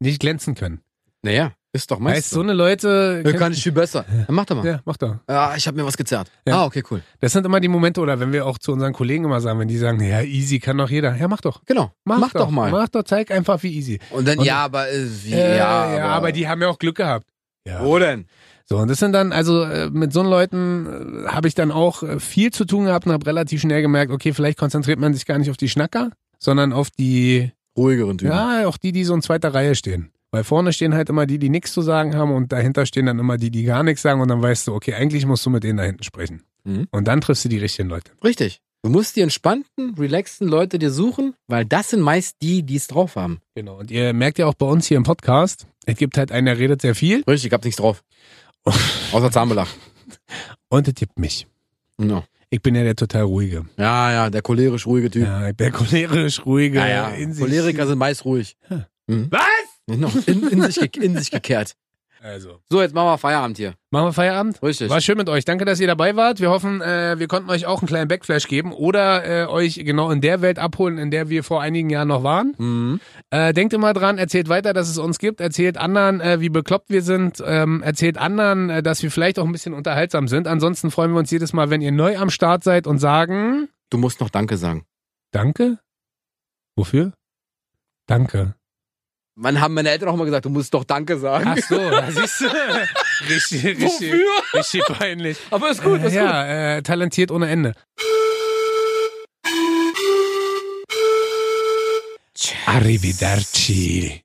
S2: nicht glänzen können.
S1: Naja, ist doch
S2: Weißt
S1: meist.
S2: so eine Leute.
S1: Ja, Kann ich viel besser. Dann mach doch mal.
S2: ja, mach doch.
S1: Ah, ich habe mir was gezerrt.
S2: Ja.
S1: Ah, okay, cool.
S2: Das sind immer die Momente, oder wenn wir auch zu unseren Kollegen immer sagen, wenn die sagen, ja, easy kann doch jeder. Ja, mach doch.
S1: Genau.
S2: Mach,
S1: doch mal.
S2: Mach doch, zeig einfach wie easy.
S1: Und dann,
S2: Und-
S1: ja, aber, äh, wie,
S2: Äh,
S1: ja,
S2: ja, aber die haben ja auch Glück gehabt. Ja.
S1: Wo denn?
S2: So, und das sind dann, also äh, mit so einen Leuten äh, habe ich dann auch äh, viel zu tun gehabt und habe relativ schnell gemerkt, okay, vielleicht konzentriert man sich gar nicht auf die Schnacker, sondern auf die,
S1: Ruhigeren Typen.
S2: ja, auch die, die so in zweiter Reihe stehen. Weil vorne stehen halt immer die, die nichts zu sagen haben und dahinter stehen dann immer die, die gar nichts sagen und dann weißt du, okay, eigentlich musst du mit denen da hinten sprechen.
S1: Mhm.
S2: Und dann triffst du die richtigen Leute.
S1: Richtig. Du musst die entspannten, relaxten Leute dir suchen, weil das sind meist die, die es drauf haben.
S2: Genau. Und ihr merkt ja auch bei uns hier im Podcast, es gibt halt einen, der redet sehr viel
S1: Richtig, ich hab nichts drauf. Außer Zahnbelag.
S2: und es gibt mich.
S1: Genau.
S2: Ich bin ja der total ruhige.
S1: Ja, ja, der cholerisch ruhige Typ.
S2: Ja, ich bin der cholerisch ruhige.
S1: Ja, ja.
S2: in sich-
S1: Choleriker sind meist ruhig.
S2: Ja.
S1: Mhm.
S2: Was?
S1: Genau. In, in, sich, ge- in sich gekehrt.
S2: Also.
S1: So, jetzt machen wir Feierabend hier.
S2: Machen wir Feierabend?
S1: Richtig.
S2: War schön mit euch. Danke, dass ihr dabei wart. Wir hoffen, äh, wir konnten euch auch einen kleinen Backflash geben oder äh, euch genau in der Welt abholen, in der wir vor einigen Jahren noch waren.
S1: Mhm.
S2: Äh, denkt immer dran, erzählt weiter, dass es uns gibt. Erzählt anderen, äh, wie bekloppt wir sind. Ähm, erzählt anderen, äh, dass wir vielleicht auch ein bisschen unterhaltsam sind. Ansonsten freuen wir uns jedes Mal, wenn ihr neu am Start seid und sagen
S1: Du musst noch Danke sagen.
S2: Danke. Wofür? Danke.
S1: Wann haben meine Eltern auch mal gesagt, du musst doch Danke sagen?
S2: Ach so, da siehst du. richtig, richtig,
S1: Wofür?
S2: richtig peinlich.
S1: Aber ist gut, ist
S2: äh,
S1: gut.
S2: ja, Äh, talentiert ohne Ende. Arrivederci.